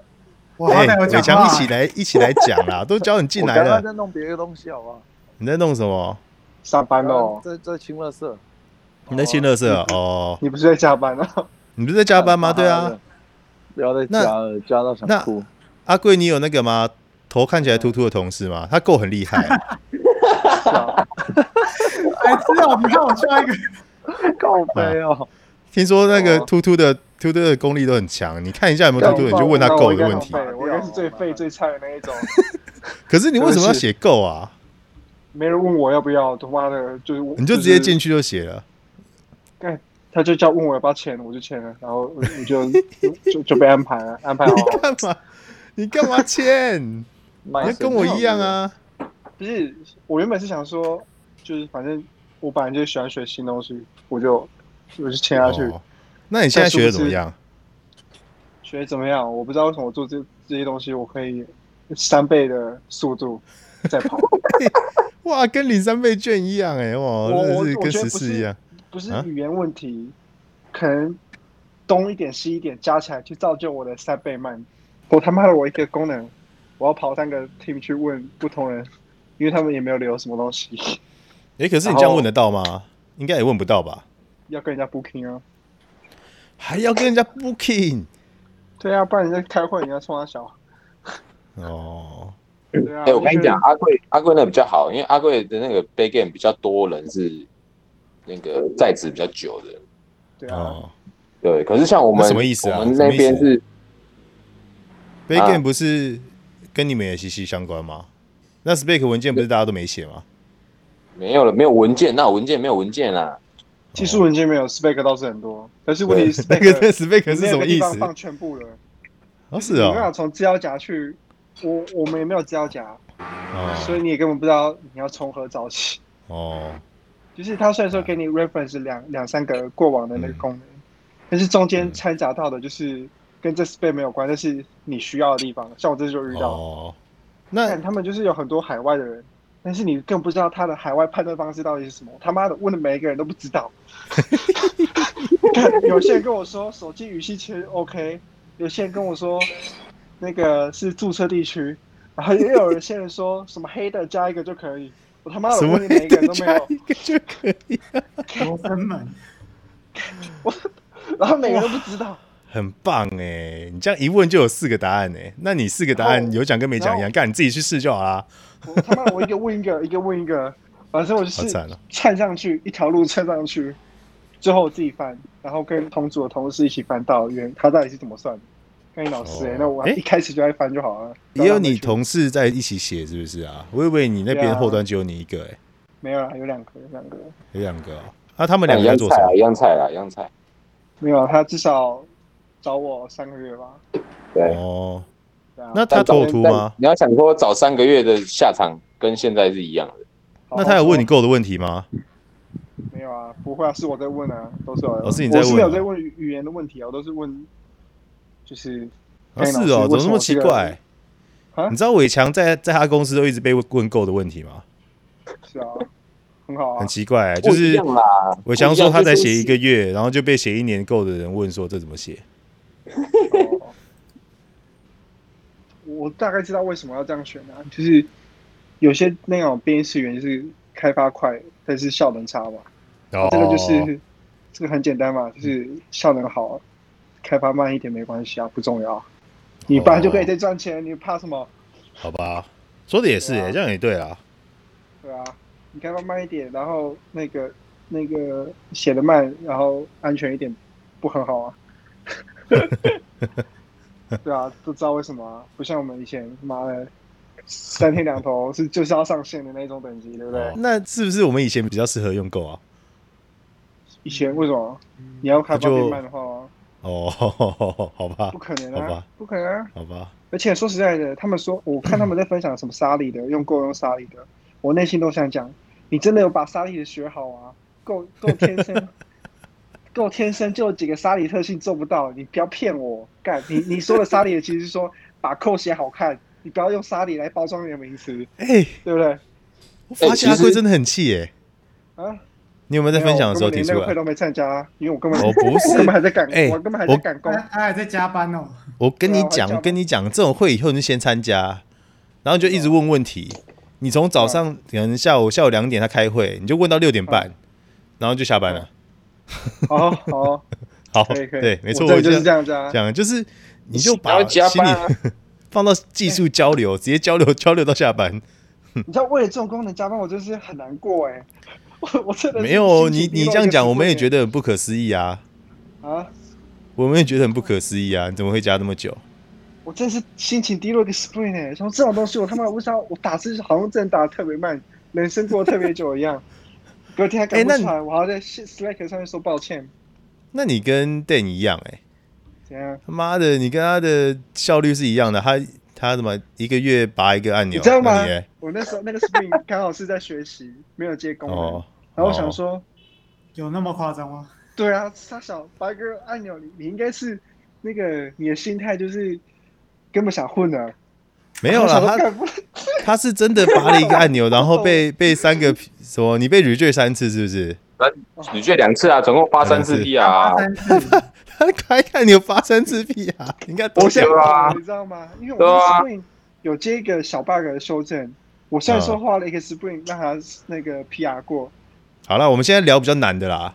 Speaker 1: 我
Speaker 6: 我，
Speaker 1: 好歹有
Speaker 2: 哎
Speaker 3: 伟
Speaker 1: 讲
Speaker 3: 强
Speaker 1: 话啊
Speaker 3: 一起来一起来讲啦，都叫你进
Speaker 6: 我
Speaker 3: 来
Speaker 6: 刚刚
Speaker 3: 了，
Speaker 6: 在弄别的东西，好不好？
Speaker 3: 你在弄什么？
Speaker 2: 上班
Speaker 6: 哦
Speaker 2: 喽，，
Speaker 3: 嗯
Speaker 6: 在在清乐色，
Speaker 3: 你在清乐色
Speaker 2: 嗯
Speaker 3: 哦？
Speaker 2: 你不是在加班啊？
Speaker 3: 你不是在加班吗？对啊，，
Speaker 6: 不要再加了，加到想
Speaker 3: 那
Speaker 6: 哭。
Speaker 3: 阿贵，你有那个吗？头看起来秃秃的同事吗？他够很厉
Speaker 2: 嗯
Speaker 3: 害，
Speaker 2: 是啊，
Speaker 1: 哎，知道？你看我下一个，
Speaker 6: 告白哦，
Speaker 3: *laughs* 听说那个
Speaker 2: 哦
Speaker 3: 秃秃的秃秃的功力都很强。你看一下 *laughs* 有没有秃秃的，你就问他
Speaker 2: 那
Speaker 3: 够
Speaker 2: 我应
Speaker 3: 的
Speaker 2: 该
Speaker 3: 问
Speaker 2: 很
Speaker 3: 题
Speaker 2: 废。我应该是最废最菜的那一种。
Speaker 3: 可是你为什么要写够啊？
Speaker 2: 没人问我要不要，他妈的，就是我
Speaker 3: 你就直接进
Speaker 2: 去，
Speaker 3: 去就写了。
Speaker 2: 他就叫问我要不要签，我就签了，然后我我就 *laughs* 就就被安排了，安排好
Speaker 3: *laughs* 你。干嘛？你干嘛
Speaker 2: *laughs*
Speaker 3: 签？
Speaker 6: 卖
Speaker 3: 你
Speaker 6: 身
Speaker 3: 跟我一样啊！
Speaker 2: 不是，我原本是想说，就是反正我本来就喜欢学新东西，我就我就签下去。
Speaker 3: 哦那你现在学的怎么样？
Speaker 2: 学怎么样？我不知道为什么做这这些东西，我可以三倍的速度在跑。
Speaker 3: 哇，跟领三倍券一样哎、哇，
Speaker 2: 我
Speaker 3: 真
Speaker 2: 我
Speaker 3: 的是
Speaker 2: 我
Speaker 3: 跟
Speaker 2: 觉
Speaker 3: 十
Speaker 2: 得不
Speaker 3: 四
Speaker 2: 是
Speaker 3: 一样。
Speaker 2: 不是
Speaker 3: 啊
Speaker 2: 语言问题，可能东一点西一点加起来去造就我的三倍慢。我他妈的，我一个功能，我要跑三个 team 去问不同人，因为他们也没有留什么东西，
Speaker 3: 哎、可是你这样问得到吗？应该也问不到吧？
Speaker 2: 要跟人家 booking 啊。
Speaker 3: 还要跟人家 booking
Speaker 2: 对啊，不然人家开会，人家冲他小。
Speaker 3: 哦，
Speaker 2: 对啊，
Speaker 4: 哎、我跟你讲，，阿贵阿贵那比较好，因为阿贵的那个 b a game 比较多人是那个在职比较久的，
Speaker 2: 对啊，
Speaker 3: 哦
Speaker 4: 对。可是像我们
Speaker 3: 那什么意思啊
Speaker 4: 我们那边
Speaker 3: 什么
Speaker 4: 是
Speaker 3: ，big game 不是跟你们也息息相关吗？那 spec 文件不是大家都没写吗？
Speaker 4: 没有了，没有文件，那文件没有文件啊啦。
Speaker 2: 技术文件没有，spec 倒是很多，可是问题是
Speaker 3: 那个 *laughs*
Speaker 2: spec
Speaker 3: 那 spec
Speaker 2: 没有
Speaker 3: 是什么
Speaker 2: 地
Speaker 3: 意
Speaker 2: 方
Speaker 3: 思？
Speaker 2: 放全部了，
Speaker 3: 哦，是
Speaker 2: 你没办法
Speaker 3: 哦，
Speaker 2: 从资料夹去，我我们也没有资料夹，所以
Speaker 3: 哦
Speaker 2: 你也根本不知道你要从何找起。
Speaker 3: 哦，
Speaker 2: 就是它虽然
Speaker 3: 啊
Speaker 2: 说给你 reference 两两三个过往的那个功能，
Speaker 3: 嗯
Speaker 2: 但是中间掺杂到的就是跟这 spec 没有关，但是你需要的地方，像我这次就遇到，
Speaker 3: 哦，
Speaker 2: 但
Speaker 3: 那
Speaker 2: 他们就是有很多海外的人，但是你更不知道他的海外判断方式到底是什么，他妈的问的每一个人都不
Speaker 3: *laughs*
Speaker 2: 知道。看有些人跟我说手机语气其实 OK，有些人跟我说那个是注册地区，然后也有一些人说什么黑的加一个就可以，我他妈的
Speaker 3: 什么
Speaker 2: 问的每一个人都没
Speaker 3: 加
Speaker 2: 有。
Speaker 3: 一个 *laughs* 就可以，
Speaker 1: 罗生门，
Speaker 2: 然后每个人都不知道。
Speaker 3: 很棒哎、你这样一问就有四个答案哎、那你四个答
Speaker 2: 然
Speaker 3: 案
Speaker 2: 后
Speaker 3: 有讲跟没讲一
Speaker 2: 然
Speaker 3: 样，干你自己去试就好啦。
Speaker 2: 我他妈我一个问一个，一个问一个，反正我就
Speaker 3: 好
Speaker 2: 是
Speaker 3: 惨哦
Speaker 2: 窜上去，一条路窜上去，最后我自己翻，然后跟同组的同事一起翻到原他到底是怎么算的。跟你老师、欸
Speaker 3: 哦
Speaker 2: 那我
Speaker 3: 诶
Speaker 2: 一开始就在翻就好了。
Speaker 3: 也有你
Speaker 2: 同
Speaker 3: 同事在一起写是不是啊？我以为你那
Speaker 2: 对
Speaker 3: 边
Speaker 2: 啊
Speaker 3: 后端只有你一个哎、欸，
Speaker 2: 没有啦，有两个，有两个
Speaker 3: 有两个、哦。那、他们
Speaker 4: 那
Speaker 3: 两
Speaker 4: 一
Speaker 3: 个在
Speaker 4: 样
Speaker 3: 做
Speaker 4: 菜
Speaker 3: 什
Speaker 4: 啊，
Speaker 3: 么？
Speaker 4: 一样菜啦，一样菜。
Speaker 2: 没有，啊他至少找我三个月吧。
Speaker 4: 对，
Speaker 3: 哦，
Speaker 2: 对啊
Speaker 3: 那
Speaker 4: 但
Speaker 3: 他
Speaker 4: 早
Speaker 3: 头秃
Speaker 4: 但
Speaker 3: 吗？
Speaker 4: 你要想说早三个月的下场跟现在是一样的，
Speaker 2: 好
Speaker 3: 那他有问你
Speaker 2: 好
Speaker 3: 够的问题吗？
Speaker 2: 说没有啊？不会啊，是我在问啊，都是我在
Speaker 3: 哦是你在问啊
Speaker 2: 我是没有在问语语言的问题啊，我都是问就是
Speaker 3: 啊，
Speaker 2: 哎
Speaker 3: 是
Speaker 2: 老师
Speaker 3: 哦，怎
Speaker 2: 为
Speaker 3: 么
Speaker 2: 什
Speaker 3: 那
Speaker 2: 么
Speaker 3: 么
Speaker 2: 我
Speaker 3: 奇
Speaker 2: 这个
Speaker 3: 怪？
Speaker 2: 啊
Speaker 3: 你，知道伟强在在他公司都一直被问问够的问题吗？
Speaker 2: 是啊，很好啊
Speaker 3: 很，奇怪、
Speaker 4: 不
Speaker 3: 就
Speaker 4: 一
Speaker 3: 是
Speaker 4: 样啦。
Speaker 3: 伟强
Speaker 4: 不一
Speaker 3: 说
Speaker 4: 样
Speaker 3: 他才
Speaker 4: 就是
Speaker 3: 写一个月，然后就被写一年够的人问说这怎么写？
Speaker 2: 哦我我大概知道为什么要这样选啊，就是有些那种编译词源是开发快，但是效能差嘛。
Speaker 3: 哦，
Speaker 2: 这个就是这个很简单嘛，就是效能好，开发慢一点没关系啊，不重要。你本来就可以再赚钱，你怕什么？
Speaker 3: 好吧，说的也是、
Speaker 2: 对啊
Speaker 3: 这样也对啦。
Speaker 2: 对啊，你开发慢一点，然后那个那个写的慢，然后安全一点，不很好啊？
Speaker 3: *laughs*
Speaker 2: 对啊，都知道为什么啊？不像我们以前妈的三天两头是就是要上线的那种等级，对不对？
Speaker 3: 哦那是不是我们以前比较适合用 Go 啊？
Speaker 2: 以前为什么你要开发
Speaker 3: 嗯那就
Speaker 2: 变慢的话，
Speaker 3: 哦， *laughs* 好吧
Speaker 2: 不，可能
Speaker 3: 好
Speaker 2: 啊
Speaker 3: 吧，
Speaker 2: 不可能啊！
Speaker 3: 好吧，
Speaker 2: 而且说实在的，他们说，我看他们在分享什么沙粒的，用够用沙粒的，我内心都想讲，你真的有把沙粒的学好啊？够够天生，够天生就有几个沙粒特性做不到，你不要骗我，干你你说的沙粒的其实是说把扣写好看，你不要用沙粒来包装你的名词，
Speaker 3: 哎、
Speaker 2: 对不对？
Speaker 3: 我发
Speaker 2: 哎
Speaker 3: 现阿
Speaker 4: 其
Speaker 3: 贵
Speaker 4: 实
Speaker 3: 真的很气耶、
Speaker 2: 啊，
Speaker 3: 你有没有在分享的时候
Speaker 2: 没
Speaker 3: 提
Speaker 2: 有我根本连那
Speaker 3: 出
Speaker 2: 个会
Speaker 3: 来？
Speaker 2: 都没参加啊，因为我根本
Speaker 3: 哦，不
Speaker 2: *laughs* 我
Speaker 3: 是
Speaker 2: 根本，还在赶，
Speaker 3: 哎
Speaker 2: 我根本还在
Speaker 3: 我
Speaker 2: 赶工
Speaker 1: 他。他还在加班哦。
Speaker 3: 我跟你
Speaker 2: 对啊我还
Speaker 3: 讲，
Speaker 2: 叫
Speaker 3: 我跟你讲，这种会以后你就先参加，然后你就一直问问题。你从早上可能下午下午两点他开会，你就问到六点
Speaker 2: 嗯
Speaker 3: 半，然后就下班了。
Speaker 2: 好哦好，
Speaker 3: 好，
Speaker 2: 嗯可以可以，
Speaker 3: 哦对，没错，
Speaker 2: 我这
Speaker 3: 我
Speaker 2: 个就是
Speaker 3: 样
Speaker 2: 这样子啊。
Speaker 3: 讲就是你就把
Speaker 4: 然后加
Speaker 3: 心
Speaker 4: 班
Speaker 3: 里 *laughs*
Speaker 4: 啊
Speaker 3: 放到技术交流，直接交流 *laughs* 交流到下班。
Speaker 2: 你知道为了这种功能加班，我真是很难过哎、我我真的
Speaker 3: 没有你你这样讲，我们也觉得很不可思议啊，
Speaker 2: 得欸啊，
Speaker 3: 我们也觉得很不可思议啊，你怎么会加那么久？
Speaker 2: 我真是心情低落一个 spring 哎、像这种东西，我他妈不知道，我打字好像真的打得特别慢，人生过得特别久一样。隔天还赶不
Speaker 3: 哎
Speaker 2: 出
Speaker 3: 那
Speaker 2: 来，我还在 Slack 上面说抱歉，
Speaker 3: 那你跟 Dan 一样哎、
Speaker 2: 怎样？
Speaker 3: 他妈的，你跟他的效率是一样的，他他怎么一个月拔一个按钮？
Speaker 2: 你知
Speaker 3: 那
Speaker 2: 道吗
Speaker 3: 你欸？
Speaker 2: 我那时候那个 spring 刚好是在学习，没有接功能，
Speaker 3: 哦，
Speaker 2: 然后我想
Speaker 3: 哦，
Speaker 2: 说，
Speaker 1: 有那么夸张吗？
Speaker 2: 对啊，傻小白哥按钮你你应该是那个你的心态就是根本想混啊，
Speaker 3: 没有
Speaker 2: 我
Speaker 3: 啦，
Speaker 2: 想说
Speaker 3: 他
Speaker 2: 干哦不
Speaker 3: 他是真的拔了一个按
Speaker 2: *laughs*
Speaker 3: 钮，然后被被三个什么？你被 reject 三次是不是？ *laughs*
Speaker 4: 你去两次啊，总共发三次地啊，
Speaker 1: 三次
Speaker 3: 他开按钮发三次屁啊！你看多
Speaker 2: 我想
Speaker 3: 屌
Speaker 4: 对啊
Speaker 2: 你知道吗？因为我
Speaker 4: 对
Speaker 2: 们
Speaker 4: 啊
Speaker 2: Spring 有接一个小 bug 的修正，我虽然说画了
Speaker 4: 嗯
Speaker 2: 一个 Spring 让它那个 PR 过，
Speaker 3: 好了，我们现在聊比较难的啦，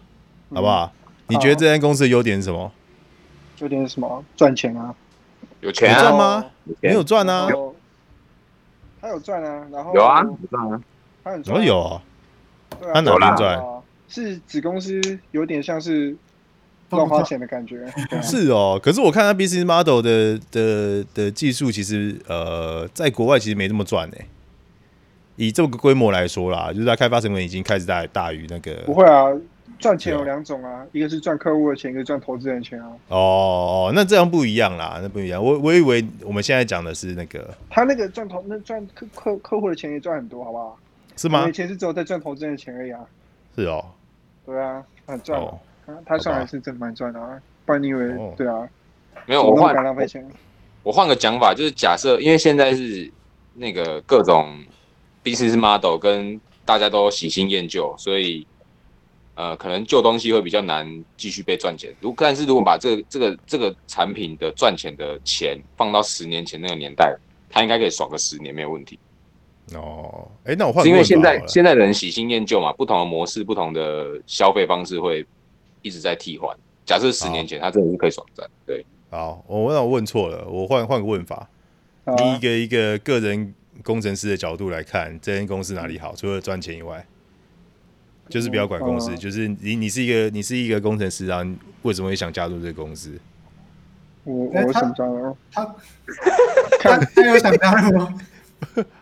Speaker 2: 嗯
Speaker 3: 好不好？你觉得这间公司的优点是什么？
Speaker 2: 有点什么赚钱啊，
Speaker 4: 有钱
Speaker 3: 有
Speaker 4: 啊
Speaker 3: 赚，吗？没有赚啊，
Speaker 2: 然后他有赚啊，然后
Speaker 4: 有啊，有赚啊，
Speaker 2: 他很
Speaker 3: 怎么
Speaker 2: 赚，
Speaker 3: 有啊？
Speaker 2: 对啊，
Speaker 3: 他哪
Speaker 4: 边
Speaker 2: 有
Speaker 3: 赚
Speaker 2: 啊？是子公司有点像是乱花钱的感觉，对
Speaker 3: *laughs*
Speaker 2: 啊
Speaker 3: 是哦，可是我看他 business model 的的的技术，其实呃，在国外其实没这么赚呢、以这个规模来说啦，就是它开发成本已经开始大大于那个
Speaker 2: 不会啊。赚钱有
Speaker 3: 对啊
Speaker 2: 两种啊，一个是赚客户的钱，一个是赚投资人的钱啊。
Speaker 3: 哦哦，那这样不一样啦，那不一样。我我以为我们现在讲的是那个
Speaker 2: 他那个赚投那赚客客客户的钱也赚很多，好不好？
Speaker 3: 是
Speaker 2: 我
Speaker 3: 吗
Speaker 2: 们以？前是只有在赚投资人的钱而已啊。
Speaker 3: 是哦，
Speaker 2: 对啊，很赚啊
Speaker 3: 哦，
Speaker 2: 啊他算还是真蛮赚的啊，不然你以为
Speaker 3: 哦
Speaker 2: 对啊？
Speaker 4: 没有
Speaker 2: 我
Speaker 4: 我
Speaker 2: 不
Speaker 4: 换
Speaker 2: 敢浪费钱。
Speaker 4: 我换个讲法，就是假设，因为现在是那个各种 business model 跟大家都喜新厌旧，所以呃，可能旧东西会比较难继续被赚钱。如但是如果把这个这个这个产品的赚钱的钱放到十年前那个年代，它应该可以爽个十年没有问题。
Speaker 3: 哦，哎、那我换
Speaker 4: 是因为
Speaker 3: 问法
Speaker 4: 现
Speaker 3: 好
Speaker 4: 在
Speaker 3: 了
Speaker 4: 现在人喜新厌旧嘛，不同的模式、不同的消费方式会一直在替换。假设十年前，它真的是可以爽赚，对，
Speaker 3: 好，我那我问错了，我换换个问法，
Speaker 2: 啊，
Speaker 3: 以一个一个个人工程师的角度来看，这间公司哪里好？除了赚钱以外，就是不要管公司，
Speaker 2: 嗯
Speaker 3: 就是你你是一个你是一个工程师啊，你为什么会想加入这个公司？
Speaker 2: 我我怎么着了？
Speaker 1: 他他他有想加入吗？
Speaker 2: 哦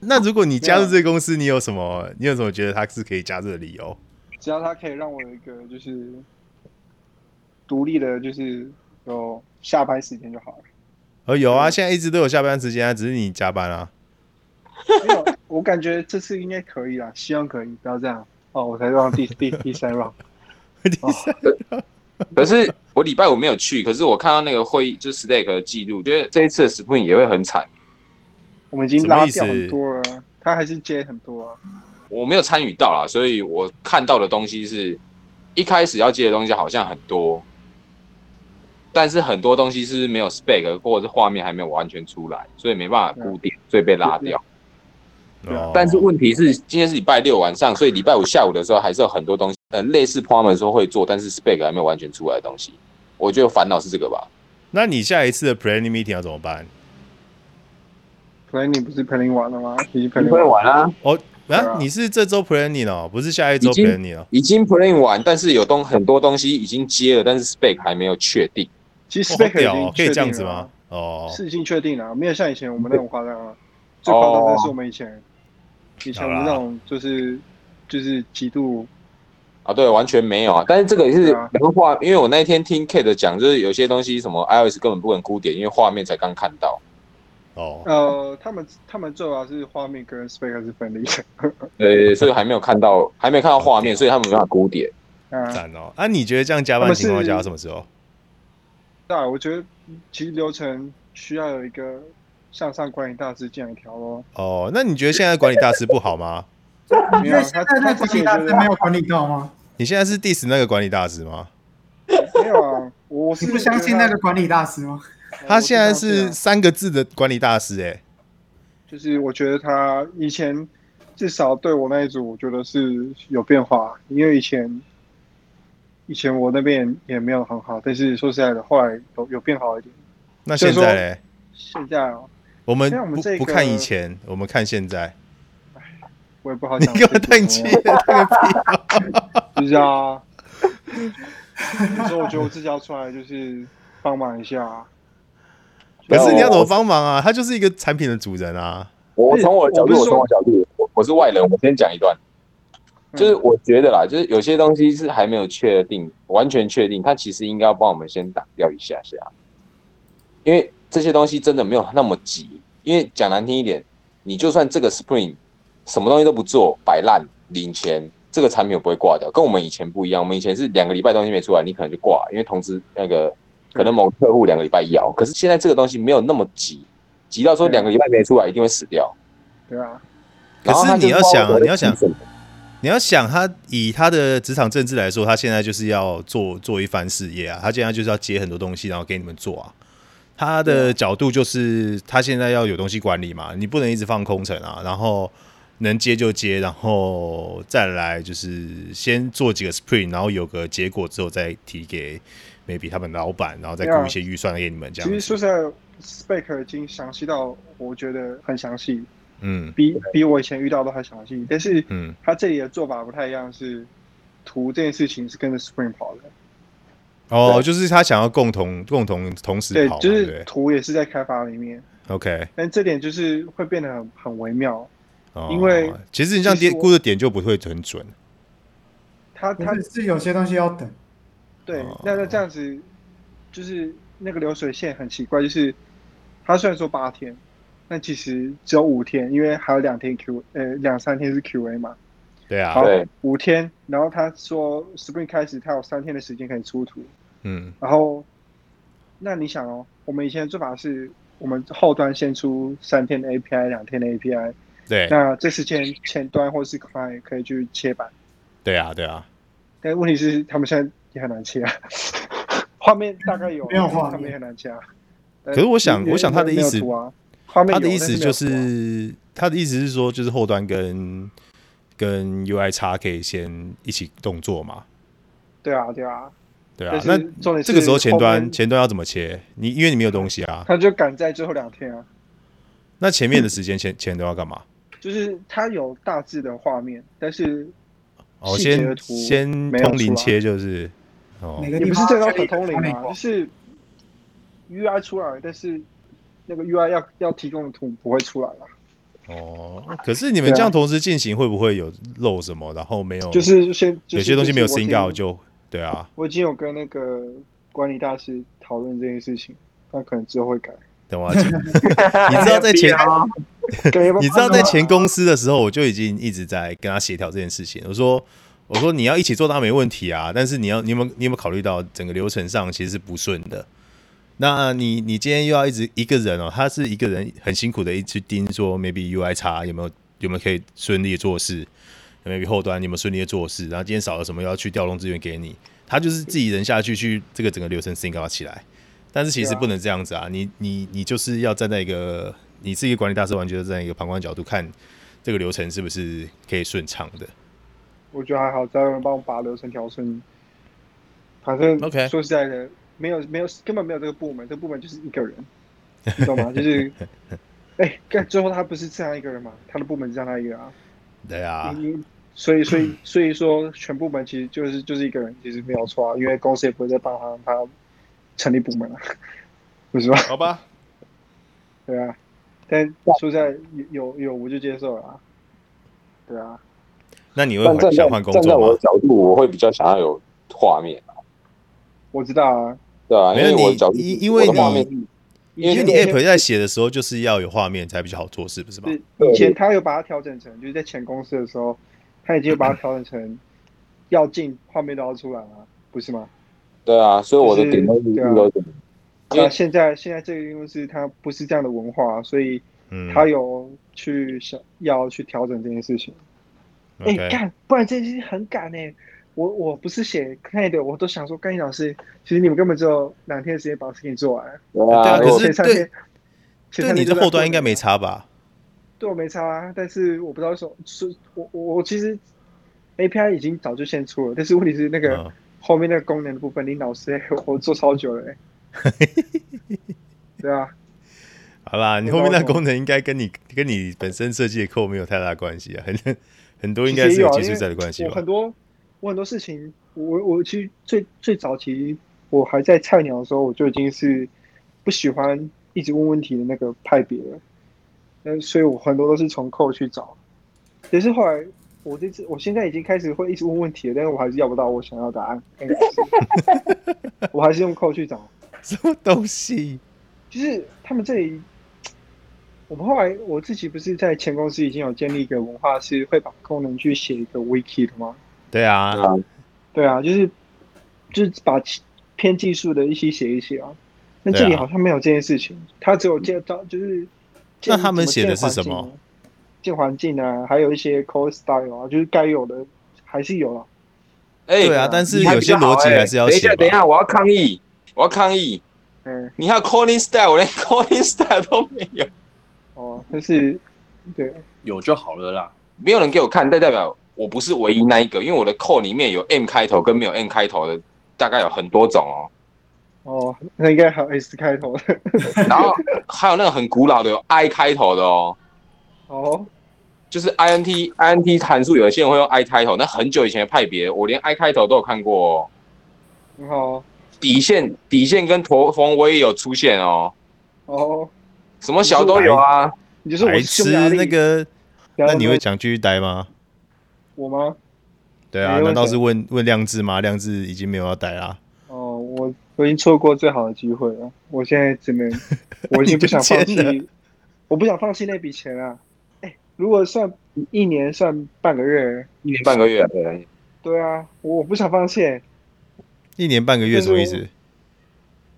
Speaker 3: 那如果你加入这个公司，你有什么你有什么觉得他是可以加入的理由？
Speaker 2: 只要他可以让我有一个就是独立的，就是有下班时间就好了。
Speaker 3: 哦，有
Speaker 2: 嗯
Speaker 3: 啊，现在一直都有下班时间啊，只是你加班啊。
Speaker 2: 没有，我感觉这次应该可以啦，希望可以，不要这样哦。我才让第第第三 round，哦
Speaker 3: *laughs* 哦
Speaker 4: 可是我礼拜五没有去，可是我看到那个会议就是 Slack 的记录，觉得这一次的 Spring 也会很惨。
Speaker 2: 我们已经
Speaker 3: 什么
Speaker 2: 拉
Speaker 3: 意思
Speaker 2: 掉很多了，他还是接很多啊。
Speaker 4: 我没有参与到啦，所以我看到的东西是一开始要接的东西好像很多，但是很多东西是没有 spec 或者是画面还没有完全出来，所以没办法固定，所以被拉掉。
Speaker 2: 啊
Speaker 3: 哦
Speaker 4: 但是问题是，今天是礼拜六晚上，所以礼拜五下午的时候还是有很多东西，呃，类似 p r o m 说会做，但是 spec 还没有完全出来的东西。我觉得烦恼是这个吧。
Speaker 3: 那你下一次的 planning meeting 要怎么办？啊
Speaker 2: planning 不是 planning 完了吗？已经
Speaker 6: 你
Speaker 2: planning
Speaker 6: 会
Speaker 2: 完了，
Speaker 6: 玩啊？
Speaker 3: 哦，
Speaker 2: 对
Speaker 3: 啊
Speaker 2: 啊，
Speaker 3: 你是这周 planning 哦，不是下一周
Speaker 4: 已经
Speaker 3: planning 哦。
Speaker 4: 已经 plan 完，但是有东很多东西已经接了，但是 spec 还没有确定。
Speaker 2: 其实
Speaker 3: 哦好
Speaker 2: spec
Speaker 3: 屌、
Speaker 2: 已经
Speaker 3: 哦，可以
Speaker 2: 确
Speaker 3: 这样
Speaker 2: 定
Speaker 3: 子
Speaker 2: 了
Speaker 3: 吗
Speaker 2: 啊，？
Speaker 3: 哦，
Speaker 2: 是已经确定了，没有像以前我们那种夸张啊。最夸张的是我们以前，以前我们那种就是就是极度
Speaker 4: 啊，对，完全没有啊。但是这个也是
Speaker 2: 对啊
Speaker 4: 然后画，因为我那天听 Kate 讲，就是有些东西什么 iOS 根本不能估点，因为画面才刚看到。
Speaker 3: 哦，
Speaker 2: 呃，他们他们最主要是画面跟 spec 是分离的。 *laughs*
Speaker 4: 呃，所以还没有看到，还没看到画面，所以他们没办法估点。
Speaker 2: 啊，
Speaker 3: 赞哦。啊，你觉得这样加班情况下要什么时候？
Speaker 2: 对啊，我觉得其实流程需要有一个向上管理大师这样一条咯。
Speaker 3: 哦，那你觉得现在管理大师不好吗？
Speaker 1: 你
Speaker 2: *laughs* 没
Speaker 1: 觉
Speaker 2: 有啊
Speaker 1: 得，现
Speaker 2: 他
Speaker 1: 在
Speaker 2: 他
Speaker 1: 在
Speaker 2: 之
Speaker 1: 管理
Speaker 2: 前
Speaker 1: 大
Speaker 2: 觉
Speaker 1: 师
Speaker 2: 得
Speaker 1: 没有管理到吗？
Speaker 3: 你现在是 diss 那个管理大师吗？
Speaker 2: 没有啊，我
Speaker 1: 你
Speaker 2: 是
Speaker 1: 不相信那个管理大师
Speaker 2: 觉
Speaker 1: 吗？
Speaker 2: 得
Speaker 3: 他现在
Speaker 2: 我相信啊
Speaker 3: 是三个字的管理大师、欸，
Speaker 2: 就是我觉得他以前至少对我那一组，我觉得是有变化，因为以前以前我那边也没有很好，但是说实在的，后来有有变好一点。
Speaker 3: 那现在嘞？
Speaker 2: 现在啊，
Speaker 3: 我们
Speaker 2: 现在我们
Speaker 3: 不
Speaker 2: 这
Speaker 3: 不
Speaker 2: 个
Speaker 3: 看以前，我们看现
Speaker 2: *laughs*
Speaker 3: 在。
Speaker 2: 我也不好
Speaker 3: 你
Speaker 2: 讲。
Speaker 3: 给我叹气，那个屁！
Speaker 2: 就是啊，有时候我觉得我自己要出来就是帮忙一下。啊
Speaker 3: 可是你要怎么
Speaker 4: 我
Speaker 3: 帮忙啊？他就是一个产品的主人啊。
Speaker 4: 我
Speaker 2: 是
Speaker 4: 从我的角
Speaker 2: 哎我不
Speaker 4: 度，我从
Speaker 2: 是说
Speaker 4: 我的角度，我我是外人，我先讲一段，
Speaker 2: 嗯
Speaker 4: 就是我觉得啦，就是有些东西是还没有确定，完全确定，它其实应该要帮我们先挡掉一下下，因为这些东西真的没有那么急。因为讲难听一点，你就算这个 Spring 什么东西都不做，摆烂领钱，这个产品也不会挂掉，跟我们以前不一样。我们以前是两个礼拜东西没出来，你可能就挂，因为通知那
Speaker 2: 嗯
Speaker 4: 个可能某客户两个礼拜要，可是现在这个东西没有那么急，急到说
Speaker 2: 嗯
Speaker 4: 两个礼拜没出来一定会死掉。
Speaker 2: 对啊，
Speaker 3: 可是你要想啊，你要想，
Speaker 4: 什么？
Speaker 3: 你要想他以他的职场政治来说，他现在就是要做做一番事业啊，他现在就是要接很多东西，然后给你们做啊。他的角度就是他现在要有东西管理嘛，你不能一直放空城啊，然后能接就接，然后再来就是先做几个 spring，然后有个结果之后再提给 maybe 他们老板，然后再
Speaker 2: 对啊
Speaker 3: 估一些预算给你们这
Speaker 2: 啊其
Speaker 3: 样
Speaker 2: 实
Speaker 3: 子
Speaker 2: 说。实在的，spec 已经详细到我觉得很详细，
Speaker 3: 嗯
Speaker 2: 比比我以前遇到的还详细。但是
Speaker 3: 嗯，
Speaker 2: 他这里的做法不太一样，是图这件事情是跟着 Spring 跑的，
Speaker 3: 哦，就是他想要共同共同同时
Speaker 2: 对
Speaker 3: 跑，嘛，
Speaker 2: 就
Speaker 3: 对不
Speaker 2: 是
Speaker 3: 对
Speaker 2: 图也是在开发里面，
Speaker 3: ？OK，
Speaker 2: 但这点就是会变得很很微妙。
Speaker 3: 哦
Speaker 2: 因为
Speaker 3: 其实你这样
Speaker 2: 其
Speaker 3: 跌
Speaker 2: 实我
Speaker 3: 估的点就不会很准。
Speaker 2: 他他
Speaker 1: 他是有些东西要等，
Speaker 2: 对
Speaker 3: 哦，
Speaker 2: 那那这样子就是那个流水线很奇怪，就是他虽然说八天，但其实只有五天，因为还有两天 Q 呃两三天是 QA 嘛，
Speaker 3: 对啊
Speaker 2: 好，
Speaker 4: 对
Speaker 2: 五天。然后他说 Spring 开始，他有三天的时间可以出图，
Speaker 3: 嗯，
Speaker 2: 然后，那你想哦，我们以前的做法是，我们后端先出三天的 API，两天的 API，
Speaker 3: 对，
Speaker 2: 那这时间前端或是 client 可以去切板，
Speaker 3: 对啊，对啊，
Speaker 2: 但问题是他们现在也很难切啊， *laughs* 画面大概有，
Speaker 1: 没有画面
Speaker 2: 他们也很难切啊。可
Speaker 3: 可是我想我想他的意思
Speaker 2: 啊，画面
Speaker 3: 他
Speaker 2: 有
Speaker 3: 的意思就，
Speaker 2: 但没有图啊
Speaker 3: 是他的意思是说，就是后端跟跟 UI 叉可以先一起动作嘛，
Speaker 2: 对啊对啊，
Speaker 3: 对啊。那
Speaker 2: 但是重点
Speaker 3: 这
Speaker 2: 是
Speaker 3: 个时候前
Speaker 2: 后
Speaker 3: 端
Speaker 2: 面
Speaker 3: 前端要怎么切？你因为你没有东西
Speaker 2: *laughs*
Speaker 3: 啊，
Speaker 2: 他就赶在最后两天啊，
Speaker 3: 那前面的时间前前端要干嘛？
Speaker 2: 就是他有大致的画面，但是
Speaker 3: 哦，
Speaker 2: 细节
Speaker 3: 先
Speaker 2: 的图
Speaker 3: 先
Speaker 2: 没有
Speaker 3: 通灵
Speaker 2: 出来
Speaker 3: 切就是哦
Speaker 1: 每，个
Speaker 2: 也
Speaker 1: 地
Speaker 2: 不是
Speaker 1: 方
Speaker 2: 最高
Speaker 1: 可以
Speaker 2: 可通灵
Speaker 1: 管理
Speaker 2: 啊，就
Speaker 1: 过
Speaker 2: 是 UI 出来，但是那个 UI 要要提供的图不会出来啊了，
Speaker 3: 哦。可是你们这样同时进行，会不会有漏什么？然后没有，
Speaker 2: 啊就是先
Speaker 3: 哦
Speaker 2: 就是
Speaker 3: 有些东西没有 sync out
Speaker 2: 就
Speaker 3: 就对啊。
Speaker 2: 是我已经我已经有跟那个管理大师讨论这件事情，那可能之后会改。
Speaker 3: 等我要讲，你知道在前
Speaker 2: 改 *laughs* 要不要啊
Speaker 3: 你知道在前公司的时候，我就已经一直在跟他协调这件事情。我说，我说你要一起做，当然没问题啊，但是你要你有没有你有没有考虑到整个流程上其实是不顺的？那你你今天又要一直一个人哦，他是一个人很辛苦的一直盯说，maybe UI 差有没有有没有可以顺利地做事，maybe 后端有没有顺利的做事，然后今天少了什么要去调动资源给你，他就是自己人下去去这个整个流程 sync up 起来。但是其实
Speaker 2: 对啊
Speaker 3: 不能这样子啊，你你你就是要站在一个你是一个管理大师，完全是站在一个旁观角度看这个流程是不是可以顺畅的。
Speaker 2: 我觉得还好，只要有人帮我把流程调顺。反正
Speaker 3: OK
Speaker 2: 说实在的，没有没有根本没有这个部门，这个部门就是一个人，你懂吗？
Speaker 3: *laughs*
Speaker 2: 就是，哎、干最后他不是这样一个人嘛？他的部门是这样他一个啊。
Speaker 3: 对啊，
Speaker 2: 嗯，所以所以所以说，全部门其实就是就是一个人，其实没有错啊，因为公司也不会再帮他他成立部门了、啊 *laughs* 不是吧？
Speaker 3: 好吧，
Speaker 2: 对啊，但说实在有有有我就接受了、啊，对啊，
Speaker 3: 那你会
Speaker 4: 但站
Speaker 3: 换
Speaker 4: 在
Speaker 3: 想换工
Speaker 4: 站在
Speaker 3: 作
Speaker 4: 我的
Speaker 3: 吗？
Speaker 4: 角度，我会比较想要有画面，啊
Speaker 2: 我知道啊，
Speaker 4: 对吧、
Speaker 3: 没
Speaker 4: 因
Speaker 3: 有
Speaker 4: 为我的
Speaker 3: 你
Speaker 4: 角度，
Speaker 3: 因因为
Speaker 4: 我的画
Speaker 3: 你
Speaker 4: 面因为
Speaker 3: 因为你
Speaker 2: 以前
Speaker 3: app 在写的时候就是要有画面才比较好做，事，不是吗？
Speaker 2: 是以前他有把它调整成，就是在前公司的时候，他已经有把它调整成要进画面都要出来了、不是吗？
Speaker 4: 对啊，所以我的
Speaker 2: 就是
Speaker 4: 点都是
Speaker 2: 对啊
Speaker 4: 都是因
Speaker 2: 那
Speaker 4: 为
Speaker 2: 现在现在这个公司它不是这样的文化，所以
Speaker 3: 嗯
Speaker 2: 他有去想要去调整这件事情。哎、
Speaker 3: ，OK，
Speaker 2: 干，不然这件事情很赶呢、欸我我不是写 c l 的，我都想说，甘毅老师，其实你们根本只有两天的时间把事情做完。
Speaker 4: 对
Speaker 3: 对啊
Speaker 4: 啊，
Speaker 3: 可
Speaker 4: 如果
Speaker 3: 是
Speaker 2: 前三
Speaker 3: 对
Speaker 2: 天，前
Speaker 3: 对
Speaker 2: 三
Speaker 3: 你
Speaker 2: 天
Speaker 3: 的
Speaker 2: 都在
Speaker 3: 后端
Speaker 2: 做
Speaker 3: 应该
Speaker 2: 了
Speaker 3: 没差吧？
Speaker 2: 对我没差啊，但是我不知道为什么，是我我我其实 API 已经早就先出了，但是问题是那个、
Speaker 3: 嗯，
Speaker 2: 后面那个功能的部分，林老师、 *laughs* 我做超久了、欸。
Speaker 3: *laughs*
Speaker 2: 对啊，
Speaker 3: 好啦，你
Speaker 2: 我
Speaker 3: 后面
Speaker 2: 搞
Speaker 3: 那
Speaker 2: 懂
Speaker 3: 功能应该跟你跟你本身设计的扣没有太大关系啊，很很多应
Speaker 2: 其
Speaker 3: 该
Speaker 2: 实
Speaker 3: 是有
Speaker 2: 有啊
Speaker 3: 技
Speaker 2: 因
Speaker 3: 术
Speaker 2: 为
Speaker 3: 在的关系
Speaker 2: 我
Speaker 3: 吧
Speaker 2: 很？多我很多事情，我我其实最最早期我还在菜鸟的时候，我就已经是不喜欢一直问问题的那个派别了。嗯，所以我很多都是从扣去找，也是后来我这次我现在已经开始会一直问问题了，但是我还是要不到我想要的答案，那个是我还是用扣去找。
Speaker 3: 什么东西？
Speaker 2: 就是他们这里，我们后来我自己不是在前公司已经有建立一个文化，是会把功能去写一个 wiki 的吗？
Speaker 3: 对啊，
Speaker 4: 啊
Speaker 2: 对啊，就是就是把其偏技术的一起写一写啊。那这
Speaker 3: 对
Speaker 2: 里
Speaker 3: 啊
Speaker 2: 好像没有这件事情，他只有建造就是建。
Speaker 3: 那他们写的是
Speaker 2: 怎建
Speaker 3: 什
Speaker 2: 环
Speaker 3: 么
Speaker 2: 境啊？建环境啊，还有一些 code style 啊，就是该有的还是有了。啊
Speaker 4: 哎
Speaker 3: 对啊，但是
Speaker 4: 你还
Speaker 3: 有
Speaker 4: 比
Speaker 3: 些
Speaker 4: 较好
Speaker 3: 逻辑
Speaker 4: 哎
Speaker 3: 还是要
Speaker 4: 等一
Speaker 3: 写
Speaker 4: 下，等一
Speaker 3: 吧。
Speaker 4: 下，我要抗议，我要抗议！
Speaker 2: 嗯，
Speaker 4: 你还有 calling style，我连 *laughs* calling style 都没有，
Speaker 2: 哦，就是对，
Speaker 5: 有就好了啦。
Speaker 4: 没有人给我看，但代表我不是唯一那一个，因为我的 call 里面有 M 开头跟没有 M 开头的，大概有很多种哦。
Speaker 2: 哦，那应该还有 S 开头的。
Speaker 4: 然后还有那个很古老的有 I 开头的哦，
Speaker 2: 哦，
Speaker 4: 就是 INT INT 函数，有些人会用 I 开头，那很久以前的派别，我连 I 开头都有看过哦。
Speaker 2: 很好哦
Speaker 4: 底线底线跟驼峰我也有出现哦，
Speaker 2: 哦，
Speaker 4: 什么小都有啊。
Speaker 2: 你就是我
Speaker 3: 白
Speaker 2: 是
Speaker 3: 痴
Speaker 2: 匈牙利啊
Speaker 3: 那个，
Speaker 2: 然
Speaker 3: 那
Speaker 2: 后
Speaker 3: 你
Speaker 2: 呢
Speaker 3: 会讲继续待吗？
Speaker 2: 我吗？
Speaker 3: 对啊，
Speaker 2: 没问题
Speaker 3: 难道是问问亮智吗？亮智已经没有要待啦，
Speaker 2: 哦，我我已经错过最好的机会了，我现在只
Speaker 3: *laughs*
Speaker 2: 能，我已经不想放
Speaker 3: 你就签
Speaker 2: 弃，我不想放弃那笔钱啊！哎，如果算一年，算半个月，
Speaker 4: 一年半个月，对，
Speaker 2: 对啊，我我不想放弃，
Speaker 3: 一年半个月
Speaker 2: 但是
Speaker 3: 什么意
Speaker 2: 我
Speaker 3: 思？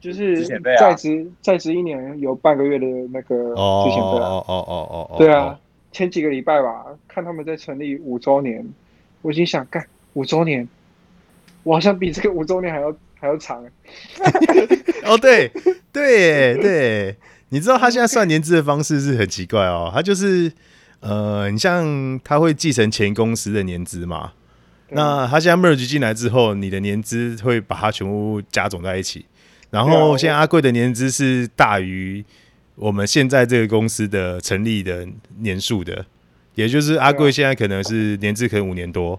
Speaker 2: 就是
Speaker 5: 之前费啊
Speaker 2: 在职在职一年有半个月的那个
Speaker 3: 哦
Speaker 2: 之前费啊，
Speaker 3: 哦哦哦哦哦，
Speaker 2: 对啊，前几个礼拜吧，看他们在成立五周年，我已经想干五周年，我好像比这个五周年还要还要长，
Speaker 3: *laughs* 哦，对对耶对，你知道他现在算年资的方式是很奇怪哦，他就是呃，你像他会继承前公司的年资嘛，
Speaker 2: 对啊
Speaker 3: 那他现在 merge 进来之后，你的年资会把它全部加总在一起，然
Speaker 2: 对啊
Speaker 3: 后
Speaker 2: 我
Speaker 3: 现在阿贵的年资是大于我们现在这个公司的成立的年数的，也就是阿贵
Speaker 2: 对啊
Speaker 3: 现在可能是年资可能五年多，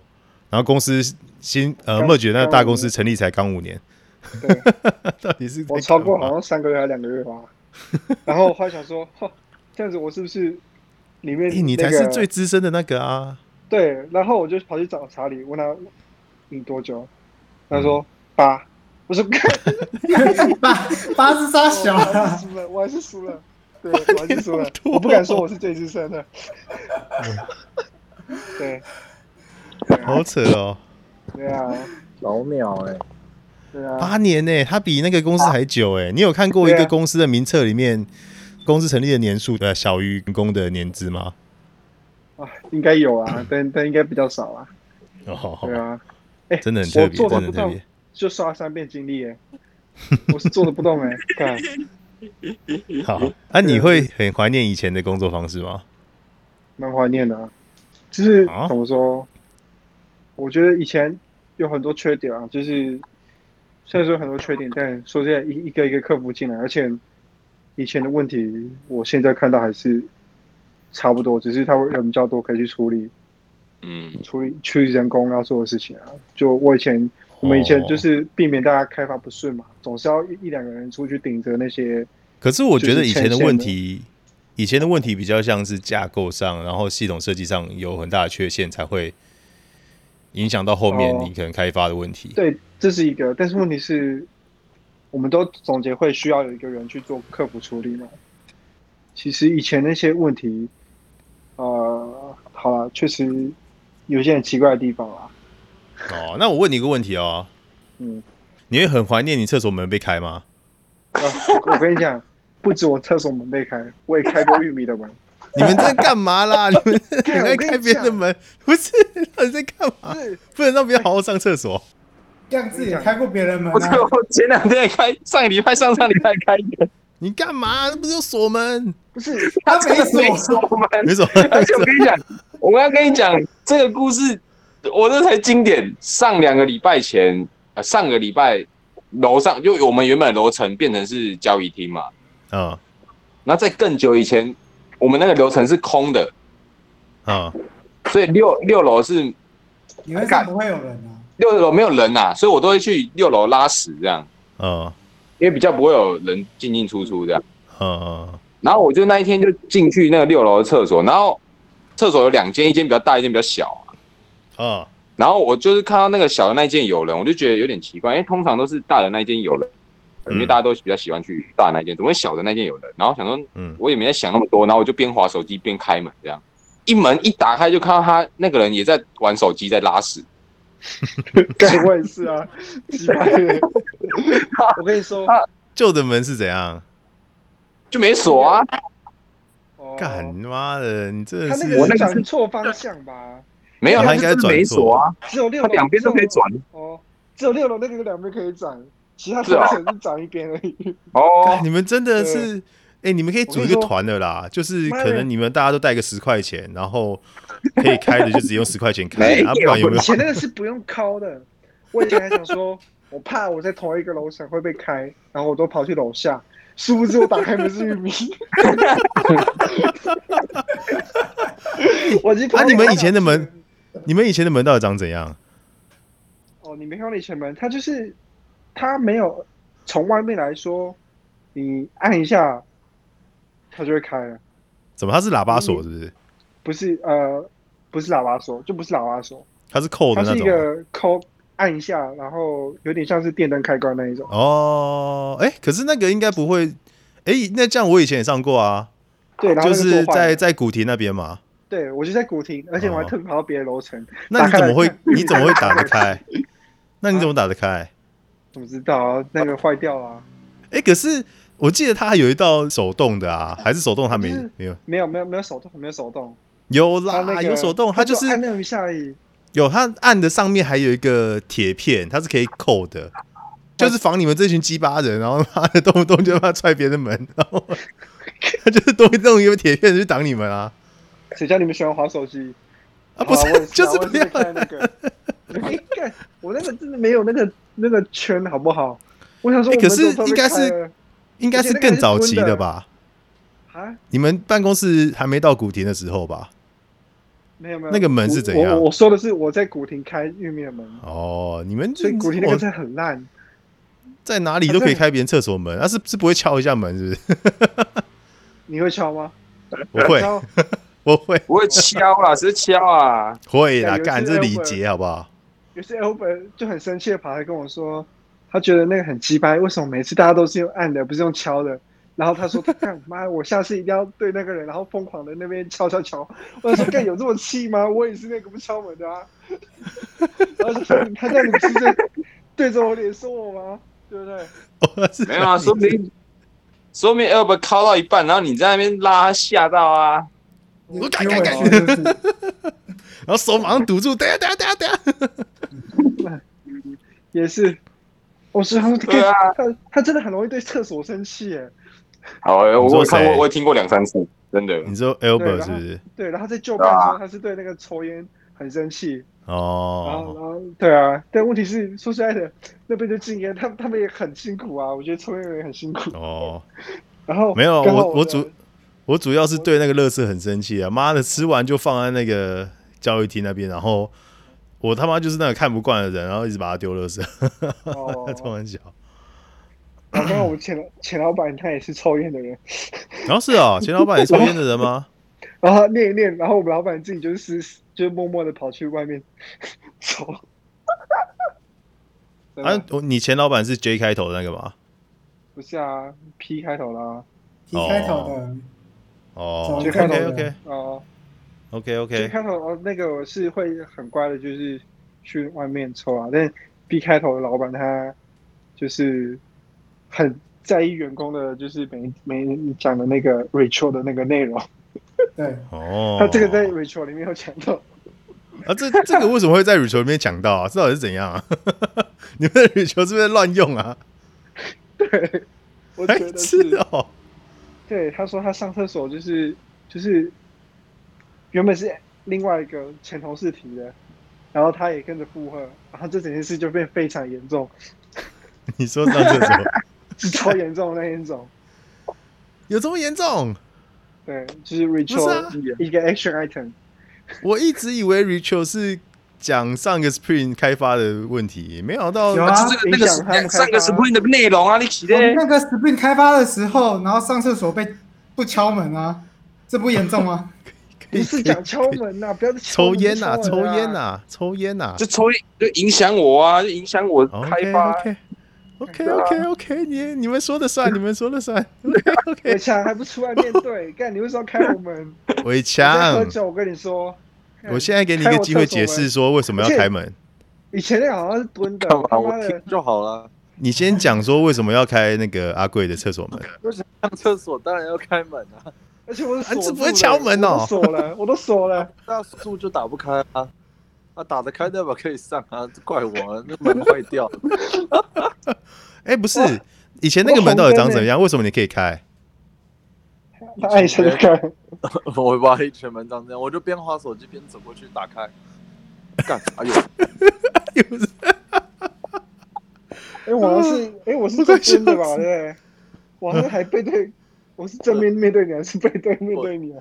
Speaker 3: 然后公司新呃
Speaker 2: 刚
Speaker 3: merge 的那个大
Speaker 2: 刚五
Speaker 3: 公司
Speaker 2: 年
Speaker 3: 成立才刚五年， *laughs*
Speaker 2: 对。
Speaker 3: 到底是
Speaker 2: 我
Speaker 3: 在
Speaker 2: 超
Speaker 3: 干
Speaker 2: 过
Speaker 3: 嘛
Speaker 2: 好像三个月还两个月吧。 *laughs* 然后我后来想说， *laughs* 哼这样子我是不是里面、那
Speaker 3: 哎、
Speaker 2: 个
Speaker 3: 你才是最资深的那个
Speaker 2: *laughs*
Speaker 3: 啊！
Speaker 2: 对？然后我就跑去找查理，问他你多久？他
Speaker 3: 嗯
Speaker 2: 说八、我说 *laughs*
Speaker 1: *laughs* 八八十三小
Speaker 2: 我还
Speaker 1: 啊，
Speaker 2: 是输了，我还是输了。对，我还是输了，我不敢说我是最资深
Speaker 3: *laughs*
Speaker 2: 的。对，对啊，
Speaker 3: 好扯哦，
Speaker 2: 对啊，
Speaker 6: 老鸟哎、
Speaker 2: 对啊，
Speaker 3: 八年呢、他比那个公司还久哎、你有看过一
Speaker 2: 对啊
Speaker 3: 个公司的名册里面，公司成立的年数的小于员工的年资吗？
Speaker 2: 啊应该有啊，但但应该比较少啊。
Speaker 3: 哦，
Speaker 2: 对啊，哎、
Speaker 3: 真的很特
Speaker 2: 我
Speaker 3: 别，
Speaker 2: 做
Speaker 3: 真的很
Speaker 2: 的
Speaker 3: 特
Speaker 2: 不到
Speaker 3: 别。
Speaker 2: 就刷三遍经历哎，我是做的不动哎， *laughs* 干
Speaker 3: 好，那、啊、你会很怀念以前的工作方式吗？
Speaker 2: 蛮怀念的、啊，就是、
Speaker 3: 啊
Speaker 2: 怎么说？我觉得以前有很多缺点啊，就是虽然说很多缺点，但说实在一一个一个克服进来，而且以前的问题，我现在看到还是差不多，只是他会人比较多，可以去处理
Speaker 4: 嗯，
Speaker 2: 处理处理人工要做的事情啊。就我以前我们以前就是避免大家开发不顺嘛，总是要一一两个人出去顶着那些，
Speaker 3: 可是我觉得
Speaker 2: 就是
Speaker 3: 以
Speaker 2: 前
Speaker 3: 前的
Speaker 2: 线
Speaker 3: 问
Speaker 2: 的
Speaker 3: 题，以前的问题比较像是架构上，然后系统设计上有很大的缺陷，才会影响到后面
Speaker 2: 哦
Speaker 3: 你可能开发的问题。
Speaker 2: 对，这是一个。但是问题是，我们都总结会需要有一个人去做客服处理嘛。其实以前那些问题，呃，好了，确实有一些很奇怪的地方啦。
Speaker 3: 哦，那我问你一个问题哦，
Speaker 2: 嗯，
Speaker 3: 你会很怀念你厕所门被开吗？ *laughs*
Speaker 2: 啊、我跟你讲，不止我厕所门被开，我也开过玉米的门。
Speaker 3: 你们在干嘛
Speaker 2: *laughs*
Speaker 3: 啦？你们你在
Speaker 2: 干我跟你
Speaker 3: 开别人的
Speaker 2: 讲
Speaker 3: 门，不是？到底在干嘛？不能让别人好好上厕所。
Speaker 1: 这样自己也开过别人门
Speaker 4: 我
Speaker 1: 啊，
Speaker 4: 我前两天也开，上个礼拜、上上礼拜开的，
Speaker 3: 你干嘛？不是有锁门？
Speaker 2: 不是，
Speaker 1: 他没
Speaker 4: 没
Speaker 1: 锁，
Speaker 4: 锁门，
Speaker 3: 没
Speaker 2: *laughs*
Speaker 3: 锁。
Speaker 4: 而且我跟你讲，我刚刚跟你讲这个故事，我这才经典。上两个礼拜前，呃、上个礼拜楼上就我们原本的楼层变成是交易厅嘛，
Speaker 3: 啊
Speaker 4: 然后在更久以前，我们那个楼层是空的，
Speaker 3: 啊
Speaker 4: 所以六六楼是
Speaker 1: 你会上不会有人啊？
Speaker 4: 六楼没有人呐、所以我都会去六楼拉屎这样，
Speaker 3: 啊
Speaker 4: 因为比较不会有人进进出出这样。
Speaker 3: 啊！
Speaker 4: 然后我就那一天就进去那个六楼的厕所，然后厕所有两间，一间比较大，一间比较小啊、
Speaker 3: 啊
Speaker 4: 然后我就是看到那个小的那一间有人，我就觉得有点奇怪，因为通常都是大的那一间有人，
Speaker 3: 嗯
Speaker 4: 因为大家都比较喜欢去大的那一间，怎么会小的那间有人？然后想说，
Speaker 3: 嗯
Speaker 4: 我也没在想那么多，然后我就边划手机边开门，这样一门一打开就看到他那个人也在玩手机，在拉屎。
Speaker 2: 干我也是啊，奇怪的。我跟你说，
Speaker 3: 旧的门是怎样？
Speaker 4: 就没锁啊，
Speaker 2: 哦
Speaker 3: 干妈的，你真的
Speaker 2: 他那
Speaker 3: 是
Speaker 2: 个
Speaker 4: 我那
Speaker 2: 是
Speaker 4: 个
Speaker 2: 转错方向吧？
Speaker 4: 没有，
Speaker 3: 他
Speaker 4: 他
Speaker 3: 应
Speaker 4: 就
Speaker 3: 该
Speaker 4: 真的没
Speaker 3: 转错
Speaker 4: 锁啊，
Speaker 2: 只有六
Speaker 4: 他
Speaker 2: 楼，
Speaker 4: 两边都可以转。
Speaker 2: 哦，只有六楼那个有两边可以转，其他
Speaker 4: 是哦
Speaker 2: 三层是转一边而已。
Speaker 4: 哦
Speaker 3: 干，你们真的是，哎、你们可以组一个
Speaker 2: 我跟你说
Speaker 3: 团的啦，就是
Speaker 2: 妈
Speaker 3: 可
Speaker 2: 的
Speaker 3: 能你们大家都带个十块钱，然后可以开的就直接用十块钱
Speaker 2: *laughs*
Speaker 3: 开，
Speaker 4: 没有
Speaker 3: 啊，不然有没
Speaker 2: 以
Speaker 3: 有？
Speaker 2: 前那个是不用敲的，我以前还想
Speaker 3: *laughs*
Speaker 2: 说，我怕我在同一个楼层会被开，然后我都跑去楼下，殊不知我打开门是
Speaker 3: *laughs*
Speaker 2: 玉米。我已经跑
Speaker 3: 啊
Speaker 2: 到
Speaker 3: 你们
Speaker 2: 楼下
Speaker 3: 以前的门你们以前的门到底长怎样？
Speaker 2: 哦，你没看到以前门，它就是它没有从外面来说，你按一下，它就会开了。
Speaker 3: 怎么它是喇叭
Speaker 2: 嗯
Speaker 3: 锁是不是？
Speaker 2: 不是呃，不是喇叭锁，就不是喇叭锁，
Speaker 3: 它是扣的
Speaker 2: 它
Speaker 3: 哦那
Speaker 2: 是一
Speaker 3: 种啊吗。
Speaker 2: 个抠按一下，然后有点像是电灯开关那一种。
Speaker 3: 哦，哎、可是那个应该不会，哎、那这样我以前也上过啊，
Speaker 2: 对，然后
Speaker 3: 就
Speaker 2: 那个
Speaker 3: 是
Speaker 2: 做坏
Speaker 3: 在
Speaker 2: 了，
Speaker 3: 在古亭那边嘛。
Speaker 2: 对我就在古亭，而且我还
Speaker 3: 哦
Speaker 2: 特别跑到别的楼层，
Speaker 3: 那你怎么会
Speaker 2: 打
Speaker 3: 你
Speaker 2: 开来看
Speaker 3: 怎么会打得
Speaker 2: *laughs*
Speaker 3: 开？那你怎么打得开？
Speaker 2: 怎么知道啊？那个坏掉了啊、
Speaker 3: 哎、可是我记得它有一道手动的啊，还是手动它没
Speaker 2: 就是
Speaker 3: 没有
Speaker 2: 没有没有没有手动，没有手动，
Speaker 3: 有啦，
Speaker 2: 它那个
Speaker 3: 有手动，它
Speaker 2: 它
Speaker 3: 就是
Speaker 2: 按那一下而已。
Speaker 3: 有，它按的上面还有一个铁片，它是可以扣的，就是防你们这群鸡巴人，然后妈的动不动就怕踹别人的门，然后 *laughs* 它就是动不动有铁片去挡你们啊
Speaker 2: 谁叫你们喜欢滑手机？
Speaker 3: 啊，不
Speaker 2: 好我也
Speaker 3: 是，*laughs*
Speaker 2: 是
Speaker 3: 就
Speaker 2: 啊
Speaker 3: 是
Speaker 2: 我也
Speaker 3: 不
Speaker 2: 是
Speaker 3: 要
Speaker 2: *laughs* 在看那个。哎干我那个真的没有那个那个圈，好不好？我想说
Speaker 3: 哎
Speaker 2: 我
Speaker 3: 可
Speaker 2: 们
Speaker 3: 是
Speaker 2: 这种都被
Speaker 3: 应该
Speaker 2: 开
Speaker 3: 是
Speaker 2: 了
Speaker 3: 应该是更早期的吧？
Speaker 2: 啊，
Speaker 3: 你们办公室还没到古亭的时候吧？
Speaker 2: 没有没有，
Speaker 3: 那个门是
Speaker 2: 我
Speaker 3: 怎样
Speaker 2: 我我说的是我在古亭开玉面门，
Speaker 3: 哦，你们
Speaker 2: 所以古亭那个
Speaker 3: 我
Speaker 2: 真的很烂。
Speaker 3: 在哪里都可以开别人厕所门，啊是是不会敲一下门
Speaker 2: *laughs*
Speaker 3: 是不是？
Speaker 2: 你会敲吗？
Speaker 3: 我会
Speaker 2: 然，后
Speaker 3: 我会，
Speaker 4: 不会敲啦，只是敲啊，
Speaker 3: 会啦，
Speaker 2: 感
Speaker 3: 干
Speaker 2: 觉是
Speaker 3: 这礼
Speaker 2: Albert
Speaker 3: 节好不好？ *laughs*
Speaker 2: 有时 Albert 就很生气的跑来跟我说，他觉得那个很鸡掰，为什么每次大家都是用按的，不是用敲的？然后
Speaker 4: *laughs*
Speaker 2: 他说：“干妈，我下次一定要对那个人，然后疯狂的那边敲敲敲。”我就说：“干有这么气吗？我也是那个不敲门的啊。”然后就说：“他这样你不是在对着我脸说我吗？对不对？
Speaker 3: 哦是
Speaker 4: 没有啊，说不定说不定 Albert 敲到一半，然后你在那边拉他吓到啊，
Speaker 3: 我感
Speaker 1: 结尾
Speaker 3: 觉感觉，
Speaker 1: 就是
Speaker 3: 然后手马上堵住，等一下等一下等一下等一下，
Speaker 2: 也是我时常
Speaker 4: 对啊
Speaker 2: 他他真的很容易对厕所生气耶。
Speaker 4: 好，呃
Speaker 3: 你说
Speaker 4: 我有看
Speaker 3: 谁嗯
Speaker 4: 过，我也听过两三次，真的。
Speaker 3: 你说
Speaker 2: 对
Speaker 3: Albert
Speaker 2: 然
Speaker 3: 是
Speaker 2: 后
Speaker 3: 不是？
Speaker 2: 对，然后在旧办的时
Speaker 4: 啊
Speaker 2: 候，他是对那个抽烟很生气，然后
Speaker 3: 哦，
Speaker 2: 然后对啊，但问题是说实在的，那边就禁烟，他他们也很辛苦啊，我觉得抽烟的人也很辛苦。
Speaker 3: 哦，
Speaker 2: 然后
Speaker 3: 没有，
Speaker 2: 刚好
Speaker 3: 我我
Speaker 2: 的
Speaker 3: 主我主要是对那个乐色很生气啊！妈的，吃完就放在那个教育厅那边，然后我他妈就是那个看不惯的人，然后一直把它丢乐色， *laughs*
Speaker 2: 哦
Speaker 3: 超玩笑。
Speaker 2: 然后刚好我们前老前老板他也是抽烟的人，
Speaker 3: 然后是
Speaker 2: *laughs*
Speaker 3: 哦，钱老板也抽烟的人吗？ *laughs*
Speaker 2: 然后他念一念，然后我们老板自己就是就是默默的跑去外面 *laughs* 抽。 *laughs* 真的
Speaker 3: 啊，我你钱老板是 J 开头的那个吗？
Speaker 2: 不是啊，P 开头啊啦，
Speaker 1: T 开头的，
Speaker 3: 哦
Speaker 1: 哦
Speaker 2: 就
Speaker 1: ，J
Speaker 2: 开头
Speaker 3: ，OK
Speaker 2: 的
Speaker 3: OK
Speaker 2: 哦，
Speaker 3: OK
Speaker 2: 就
Speaker 3: OK，
Speaker 2: 开头哦，那个我是会很乖的，就是去外面抽啊。但 B 开头的老板他就是很在意员工的，就是每每你讲的那个 ritual 的那个内容。
Speaker 1: 对，
Speaker 3: 哦，
Speaker 2: *laughs* 他这个在 ritual 里面有讲
Speaker 3: *laughs*
Speaker 2: 到，
Speaker 3: 啊，这这个为什么会在羽球里面讲到啊？这到底是怎样啊？ *laughs* 你们的羽球是不是乱用啊？
Speaker 2: 对，我
Speaker 3: *laughs* 哎
Speaker 2: 觉，得
Speaker 3: 是
Speaker 2: 是，
Speaker 3: 哦，
Speaker 2: 对，他说他上厕所就是就是原本是另外一个前同事提的，然后他也跟着附和，然后这整件事就变非常严重，
Speaker 3: 你说上厕所
Speaker 2: 是超严重的那一种。
Speaker 3: 有这么严重？
Speaker 2: 对，就是
Speaker 3: 不
Speaker 2: ritual、
Speaker 3: 是啊
Speaker 2: 一个 action item。
Speaker 3: 我一直以为 Ritual 是讲上个 Spring 开发的问题，没想到
Speaker 1: 有啊
Speaker 4: 啊，这个那个
Speaker 2: 影响他们开发
Speaker 4: 上个 Spring 的内容啊，你起
Speaker 1: 我们
Speaker 3: 哦
Speaker 4: 的
Speaker 1: 那个 Spring 开发的时候，然后上厕所被不敲门啊，这不严重吗？
Speaker 2: *laughs* 不是讲敲门
Speaker 3: *laughs*
Speaker 2: 呐、不要再
Speaker 3: 抽
Speaker 2: 门
Speaker 3: 烟呐，
Speaker 2: 敲
Speaker 3: 抽
Speaker 2: 门啊
Speaker 3: 烟呐，抽烟呐。
Speaker 4: 就抽就影响我啊，就影响我开
Speaker 3: OK
Speaker 4: 发啊。
Speaker 3: OK OK OK OK，你你们说的算，你们说的算。OK
Speaker 2: 伟
Speaker 3: OK，
Speaker 2: 强还不出来面
Speaker 3: *laughs*
Speaker 2: 对，干你为什么要开我们？
Speaker 3: 伟
Speaker 2: 我在喝
Speaker 3: 强，
Speaker 2: 酒，我跟你说，干
Speaker 3: 我现在给你一个机会解释说为什么要开门。
Speaker 2: 以前那个好像是蹲的，
Speaker 6: 干嘛？
Speaker 2: 他
Speaker 6: 我
Speaker 2: 妈
Speaker 6: 听
Speaker 2: 的，
Speaker 6: 就好了。
Speaker 3: 你先讲说为什么要开那个阿贵的厕所门。
Speaker 6: 上厕所当然要开门啊，
Speaker 2: 而且我是
Speaker 3: 啊
Speaker 2: 锁
Speaker 3: 这不
Speaker 2: 住
Speaker 3: 会
Speaker 2: 的
Speaker 3: 敲门
Speaker 2: 我
Speaker 3: 哦
Speaker 2: 都锁了，我都锁
Speaker 6: *laughs*
Speaker 2: 了，
Speaker 6: 那树就打不开啊。啊，打得开代表可以上啊，怪我、啊，那门坏掉了。
Speaker 3: 哎，不是，以前那个门到底长怎么样？为什么你可以开？
Speaker 2: 他按一下就开。
Speaker 6: 我把一全门当这样，我就边滑手机边走过去打开，干，哎呦，
Speaker 2: 哎，我好像
Speaker 3: *laughs*
Speaker 2: 是，哎，我是在蹲的吧？对不对？我好像还背对，我是正面面对你，还是背对面
Speaker 3: *laughs*
Speaker 2: 对你啊？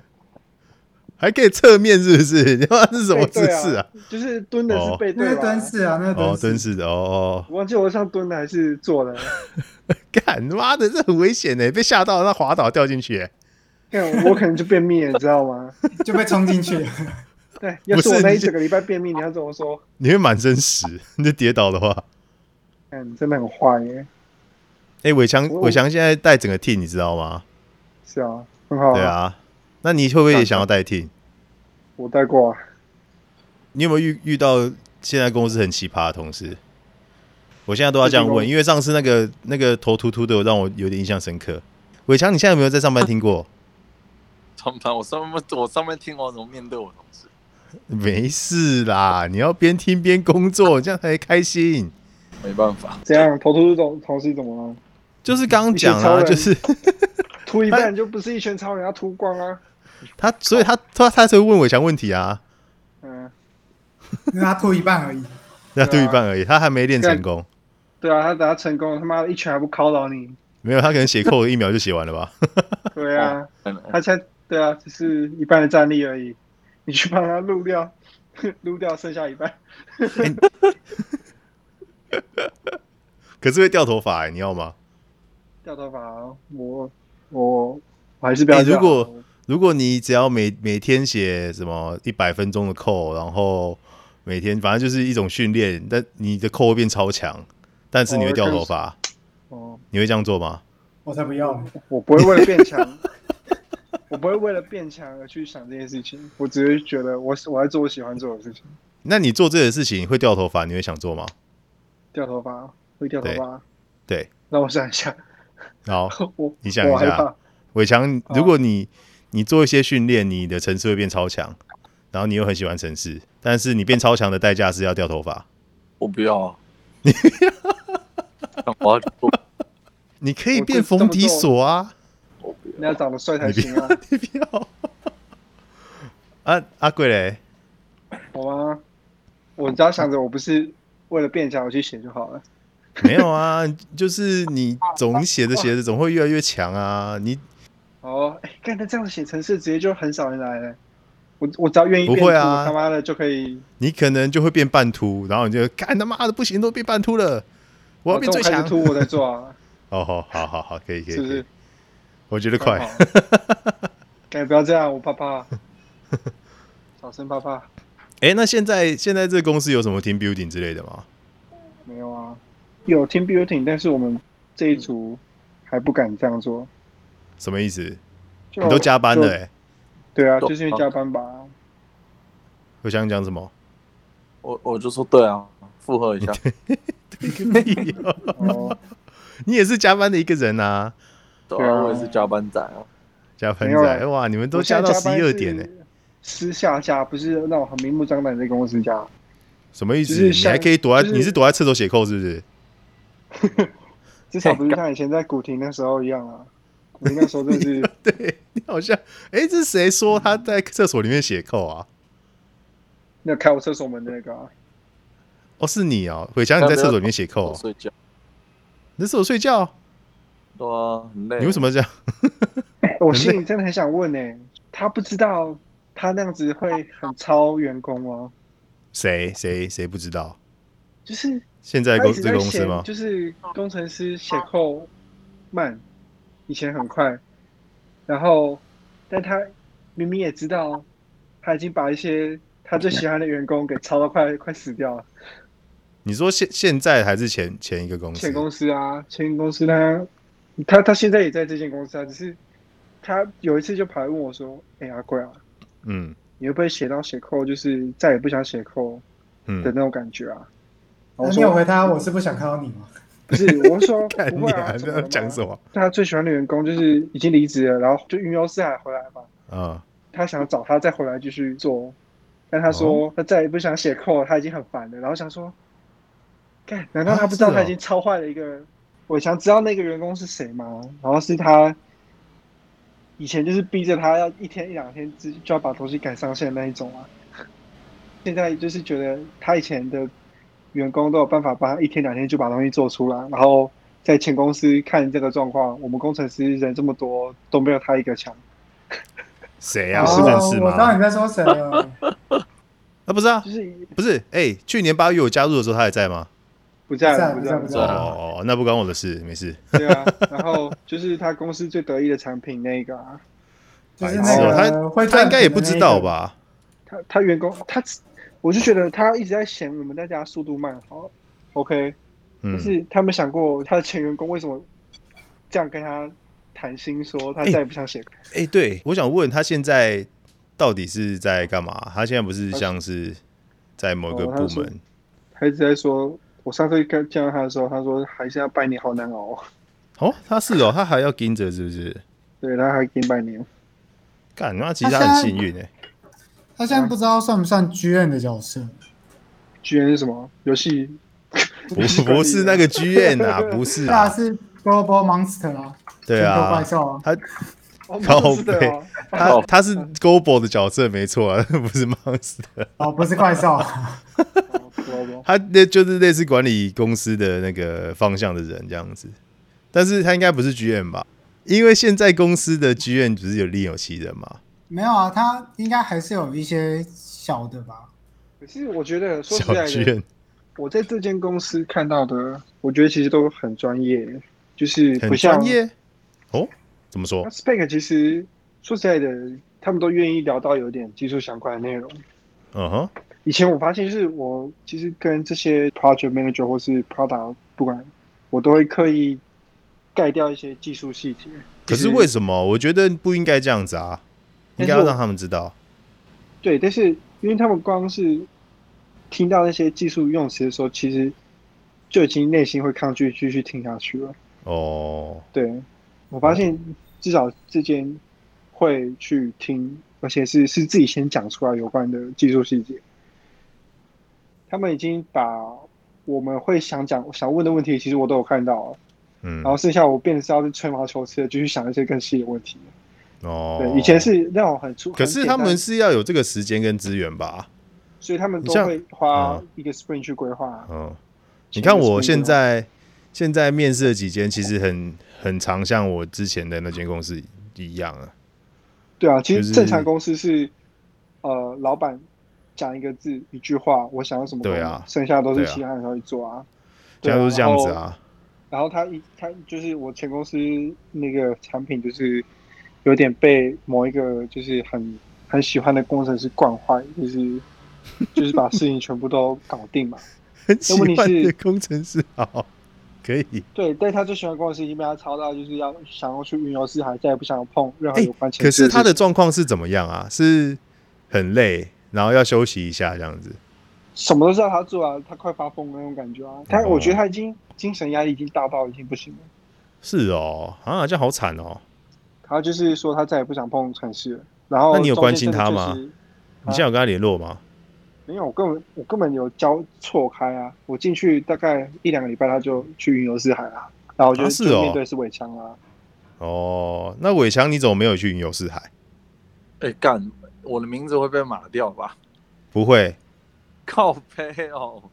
Speaker 3: 还可以侧面是不是？ *laughs* 你妈是什么
Speaker 2: 背
Speaker 3: 姿
Speaker 2: 对
Speaker 3: 势啊
Speaker 2: 啊？？ *laughs* 就是蹲的
Speaker 3: 哦
Speaker 2: 是背
Speaker 1: 那
Speaker 2: 对
Speaker 1: 个
Speaker 2: 吧？
Speaker 1: 蹲式啊，那个
Speaker 3: 哦，真
Speaker 1: 蹲式，
Speaker 3: 是的，哦哦，
Speaker 2: 我忘记我上蹲的还是坐的。 *laughs*
Speaker 3: *laughs* 干妈的，这很危险欸呢，被吓到，那滑倒掉进去欸。
Speaker 2: 看我可能就便秘了，你知道吗？
Speaker 1: 就被冲进 *laughs* 去。
Speaker 2: 对，要是我那一整个礼拜便秘，你要怎么说？
Speaker 3: 你会满身屎，你就跌倒的话。
Speaker 2: 嗯，你真的很坏耶。
Speaker 3: 哎、伟强，
Speaker 2: 我
Speaker 3: 伟强现在带整个 team，你知道吗？
Speaker 2: 是啊，很好。
Speaker 3: 对，啊，那你会不会也想要带 team？
Speaker 2: 我带过啊。
Speaker 3: 你有没有遇遇到现在公司很奇葩的同事？我现在都要这样
Speaker 2: 最近
Speaker 3: 问，
Speaker 2: 公
Speaker 3: 因为上次那个那个头秃秃的让我有点印象深刻。伟强，你现在有没有在上班听过？
Speaker 6: 上班，我上班，我上班听完怎么面对我同事？
Speaker 3: 没事啦，你要边听边工作，这样才开心。
Speaker 6: 没办法，
Speaker 2: 怎样？头秃同同事怎么了？
Speaker 3: 就是刚刚讲啦，
Speaker 2: 一群超人
Speaker 3: 就是
Speaker 2: 秃一半就不是一拳超人，要秃光啊。
Speaker 3: 他，所以他他他才会问伟强问题啊，
Speaker 2: 嗯，
Speaker 1: 因为他吐一半而已。
Speaker 3: 那
Speaker 2: 对
Speaker 3: 对
Speaker 2: 啊
Speaker 3: 一半而已，他还没练成功。
Speaker 2: 对啊，他等他成功，他妈的一拳还不敲倒你？
Speaker 3: 没有，他可能写扣一秒就写完了吧？ *laughs*
Speaker 2: 对
Speaker 3: 哦
Speaker 2: 啊，
Speaker 6: 真的
Speaker 2: 他才对啊，只是一半的战力而已。你去帮他撸掉，撸掉剩下一半。
Speaker 3: 可是会掉头发、欸，你要吗？
Speaker 2: 掉头发啊，我我我还是不要
Speaker 3: 哎
Speaker 2: 掉。哦
Speaker 3: 如果如果你只要每每天写什么一百分钟的扣，然后每天反正就是一种训练，但你的扣会变超强，但是你会掉头发，
Speaker 2: 哦，
Speaker 3: 你会这样做吗？
Speaker 1: 我才不要呢！
Speaker 2: 我不会为了
Speaker 3: *laughs*
Speaker 2: 变强，我不会为了变强而去想这件事情，我只是觉得我我在做我喜欢做的事情。
Speaker 3: 那你做这个事情会掉头发，你会想做吗？
Speaker 2: 掉头发会掉头发，
Speaker 3: 对，
Speaker 2: 让我想一下，
Speaker 3: 好，
Speaker 2: 我
Speaker 3: 你想一下
Speaker 2: 我害怕
Speaker 3: 伟强，如果你你做一些训练，你的城市会变超强，然后你又很喜欢城市，但是你变超强的代价是要掉头发，
Speaker 6: 我不要、啊，我要做
Speaker 3: 你可以变冯迪索啊，
Speaker 2: 你要长得帅才
Speaker 3: 你不
Speaker 2: 行
Speaker 3: 要
Speaker 2: 啊，，
Speaker 3: 你不要。 *laughs* 啊，阿贵嘞，
Speaker 2: 好吗？我只要想着我不是为了变强我去写就好了。
Speaker 3: 没有啊， *laughs* 就是你总写着写着总会越来越强啊，你
Speaker 2: 哦，哎，干那这样写程式直接就很少人来了。我我只要愿意
Speaker 3: 不
Speaker 2: 变
Speaker 3: 会
Speaker 2: 酷，
Speaker 3: 啊
Speaker 2: 我他妈的就可以。
Speaker 3: 你可能就会变半秃，然后你就干他妈的不行，都变半秃了，我要变
Speaker 2: 中
Speaker 3: 最
Speaker 2: 哦午开
Speaker 3: 强
Speaker 2: 始。突我在做
Speaker 3: *laughs*
Speaker 2: 啊，
Speaker 3: 哦，好好好好，可以可以，
Speaker 2: 是不
Speaker 3: 可
Speaker 2: 是
Speaker 3: 以？我觉得快。
Speaker 2: 很好。
Speaker 3: *laughs*
Speaker 2: 哎，不要这样，我怕怕。小声怕怕，
Speaker 3: 哎、那现在现在这个公司有什么 team building 之类的吗？
Speaker 2: 没有啊，有 team building，但是我们这一
Speaker 3: 嗯
Speaker 2: 组还不敢这样做。
Speaker 3: 什么意思？
Speaker 2: 就
Speaker 3: 你都加班了、
Speaker 2: 就
Speaker 3: 哎，
Speaker 2: 对啊，
Speaker 6: 都
Speaker 2: 就是因为加班吧。
Speaker 3: 我想讲什么？ *laughs*
Speaker 6: 我我就说对啊，附和一下。
Speaker 2: 哦，
Speaker 3: 你也是加班的一个人啊，
Speaker 6: 对
Speaker 2: 对啊
Speaker 6: 啊，我也是加班仔啊。
Speaker 3: 加班
Speaker 2: 没有
Speaker 3: 仔
Speaker 2: 啦
Speaker 3: 哇！你们 *laughs* 都
Speaker 2: 我现在
Speaker 3: 到
Speaker 2: 加
Speaker 3: 十
Speaker 2: 班
Speaker 3: 一二点呢、
Speaker 2: 是私下加，不是那种很明目张胆在公司加。
Speaker 3: 什么意思？
Speaker 2: 就是
Speaker 3: 你还
Speaker 2: 像
Speaker 3: 可以躲在、
Speaker 2: 就是
Speaker 3: 你是躲在厕所写扣是不是？
Speaker 2: 至少
Speaker 3: 哎
Speaker 2: 不是像以前在古亭那时候一样啊。古亭那时候真的
Speaker 3: *laughs*
Speaker 2: 是
Speaker 3: 对你好像哎、这是谁说他在厕所里面写扣啊？
Speaker 2: 那开我厕所门的那个、啊，
Speaker 3: 哦，是你哦，伟强你在厕所里面写扣、
Speaker 6: 我
Speaker 3: 哦，
Speaker 6: 睡觉。
Speaker 3: 你在厕所睡觉，
Speaker 6: 对啊，很累。
Speaker 3: 你为什么这样？
Speaker 2: 我心里真的很想问呢、欸他不知道他那样子会很超员工吗？
Speaker 3: 谁谁谁不知道？
Speaker 2: 就是
Speaker 3: 现在
Speaker 2: 他
Speaker 3: 公
Speaker 2: 一直
Speaker 3: 这
Speaker 2: 在
Speaker 3: 个公司
Speaker 2: 写
Speaker 3: 吗，？
Speaker 2: 就是工程师写扣慢，以前很快，然后但他明明也知道他已经把一些他最喜欢的员工给超到快快死掉了。
Speaker 3: 你说现现在还是前前一个公司？
Speaker 2: 前公司啊，前公司他他他现在也在这间公司啊，只是他有一次就跑来问我说：“哎、阿贵啊，
Speaker 3: 嗯
Speaker 2: 你会不会写到写扣，就是再也不想写扣的
Speaker 3: 嗯，
Speaker 2: 那种感觉啊？”然后
Speaker 1: 那
Speaker 2: 我
Speaker 1: 你
Speaker 2: 说
Speaker 1: 有回他，我是不想看到你吗？
Speaker 2: 不是，我是
Speaker 3: *laughs*
Speaker 2: 说
Speaker 3: 看
Speaker 2: 不
Speaker 3: 你
Speaker 2: 会
Speaker 3: 还
Speaker 2: 啊，
Speaker 3: 在讲什
Speaker 2: 么了吗？
Speaker 3: 么？
Speaker 2: 他最喜欢的员工就是已经离职了，然后就云游四海回来嘛，
Speaker 3: 嗯，
Speaker 2: 他想找他再回来继续做，哦但他说
Speaker 3: 哦
Speaker 2: 他再也不想写扣，他已经很烦了，然后想说，干，难道他不知
Speaker 3: 啊是
Speaker 2: 道
Speaker 3: 哦
Speaker 2: 他已经超坏了一个人？我想知道那个员工是谁吗？然后是他以前就是逼着他要一天一两天之就要把东西赶上线那一种啊，现在就是觉得他以前的员工都有办法帮他一天两天就把东西做出来，然后在前公司看这个状况，我们工程师人这么多都没有他一个强。
Speaker 3: 谁
Speaker 1: 哦
Speaker 3: 啊？是认识
Speaker 1: 我知道
Speaker 3: 吗？
Speaker 1: 你在说
Speaker 3: *laughs*
Speaker 1: 谁了。
Speaker 3: 啊，不是啊
Speaker 2: 就，是
Speaker 3: 不是，哎、去年八月我加入的时候他还在吗？
Speaker 2: 不在了，
Speaker 1: 不在
Speaker 2: 在，
Speaker 1: 不
Speaker 2: 不
Speaker 1: 在
Speaker 3: 哦
Speaker 1: 对啊
Speaker 3: 哦，哦那不关我的事，没事。
Speaker 2: 对啊，然后就是他公司最得意的产品那个啊，
Speaker 1: 就是
Speaker 3: 白痴哦
Speaker 1: 那个会
Speaker 3: 他
Speaker 1: 赚
Speaker 3: 应该也不知道吧？
Speaker 2: 他他员工他，我就觉得他一直在嫌我们大家速度慢，好，OK，
Speaker 3: 嗯
Speaker 2: 但，是他们想过他的前员工为什么这样跟他谈心，说他再也不想写，
Speaker 3: 哎、对，我想问他现在到底是在干嘛？他现在不是像是在某个
Speaker 2: 哦
Speaker 3: 部
Speaker 2: 他是
Speaker 3: 门？
Speaker 2: 他一直在说，我上次跟见到他的时候，他说还是要拜年好难熬，
Speaker 3: 哦，他是哦，他还要盯着是不是？
Speaker 2: 对，他还给你拜年，
Speaker 3: 干，那其实他很幸运哎、
Speaker 1: 他现在不知道算不算 G N 的角色，
Speaker 2: 居然是什么游戏？
Speaker 3: 不不是那个剧院啊，不是
Speaker 1: 对啊，
Speaker 3: 啊，
Speaker 1: 是 Global Monster 啊，
Speaker 3: 对
Speaker 1: 全球
Speaker 3: 啊
Speaker 1: 怪，兽啊，
Speaker 3: 他
Speaker 2: 哦
Speaker 3: 靠
Speaker 2: 是的
Speaker 3: 背
Speaker 2: 哦，
Speaker 3: 他他是 Gobo 的角色没错啊， *laughs* 不是 Monster，
Speaker 1: 哦，不是怪兽，
Speaker 2: 哦不知道
Speaker 3: 他那就是类似管理公司的那个方向的人这样子，但是他应该不是 GM 吧？因为现在公司的 GM 不是有另有其人嘛？
Speaker 1: *laughs* 没有啊，他应该还是有一些小的吧。
Speaker 2: 可是我觉得说
Speaker 3: 小
Speaker 2: 实在的，
Speaker 3: GM
Speaker 2: 我在这间公司看到的，我觉得其实都很专业，就是
Speaker 3: 很
Speaker 2: 不像
Speaker 3: 专业哦，怎么
Speaker 2: 那
Speaker 3: 说？
Speaker 2: Spec 其实说实在的，他们都愿意聊到有点技术相关的内容。
Speaker 3: 嗯哼，
Speaker 2: 以前我发现是我其实跟这些 project manager 或是 product 不管，我都会刻意盖掉一些技术细节。
Speaker 3: 可是
Speaker 2: 就是
Speaker 3: 为什么？我觉得不应该这样子啊，应
Speaker 2: 但是
Speaker 3: 该要
Speaker 2: 我
Speaker 3: 让他们知道。
Speaker 2: 对，但是因为他们光是听到那些技术用词的时候，其实就已经内心会抗拒继续听下去了。
Speaker 3: 哦，
Speaker 2: 对，我发现至少之间会去听，而且是是自己先讲出来有关的技术细节。他们已经把我们会想讲想问的问题，其实我都有看到啊、
Speaker 3: 嗯
Speaker 2: 然，后剩下我变得是要是吹毛求疵的，继续想一些更细的问题。
Speaker 3: 哦，
Speaker 2: 对，以前，是那种很粗，
Speaker 3: 可
Speaker 2: 很
Speaker 3: 是
Speaker 2: 简
Speaker 3: 他
Speaker 2: 单
Speaker 3: 们，是要有这个时间跟资源吧？
Speaker 2: 所以他们
Speaker 3: 你
Speaker 2: 都
Speaker 3: 像
Speaker 2: 会花
Speaker 3: 嗯
Speaker 2: 一个 spring 去规划啊。
Speaker 3: 嗯，你
Speaker 2: 前
Speaker 3: 看
Speaker 2: 面
Speaker 3: 我
Speaker 2: 是那
Speaker 3: 现
Speaker 2: 个
Speaker 3: 在现在面试的几间，其实很很常像我之前的那间公司一样啊。
Speaker 2: 对啊，其
Speaker 3: 就
Speaker 2: 实
Speaker 3: 是
Speaker 2: 正常公司是，呃，老板讲一个字一句话，我想要什么，
Speaker 3: 对啊
Speaker 2: 剩下都
Speaker 3: 对
Speaker 2: 是
Speaker 3: 啊
Speaker 2: 其他人会做啊。
Speaker 3: 现在都是这样子啊，
Speaker 2: 然后他一他就是我前公司那个产品，就是有点被某一个就是很很喜欢的工程师惯坏，就是就是把事情全部都搞定
Speaker 3: *laughs*
Speaker 2: 嘛。
Speaker 3: 很喜
Speaker 2: 问
Speaker 3: 欢
Speaker 2: 题
Speaker 3: 的
Speaker 2: 是
Speaker 3: 工程师好，可
Speaker 2: *laughs*
Speaker 3: 以。
Speaker 2: 对，但他最喜欢的工程师已经被他抄到，就是要想要去云游四海，再也不想碰任何
Speaker 3: 哎
Speaker 2: 有关钱。
Speaker 3: 可是他的状况是怎么样啊？是很累，然后要休息一下这样子。
Speaker 2: 什么都是要他做啊，他快发疯的那种感觉啊。他、
Speaker 3: 哦
Speaker 2: 我觉得他已经精神压力已经大到已经不行了。
Speaker 3: 是哦，啊，这样好惨哦。
Speaker 2: 他就是说他再也不想碰城市了。然后
Speaker 3: 那你有
Speaker 2: 中间
Speaker 3: 关心
Speaker 2: 真的
Speaker 3: 他
Speaker 2: 就
Speaker 3: 吗
Speaker 2: 是
Speaker 3: 你现在有跟他联络吗？
Speaker 2: 没有，我根本我根本有交错开啊！我进去大概一两个礼拜，他就去云游四海啊，然后我就、
Speaker 3: 啊是哦
Speaker 2: 就面对是尾枪啊，
Speaker 3: 哦，那伟强你怎么没有去云游四海？
Speaker 6: 哎、 *laughs* 干，我的名字会被码掉吧？
Speaker 3: 不会，
Speaker 6: 靠背哦。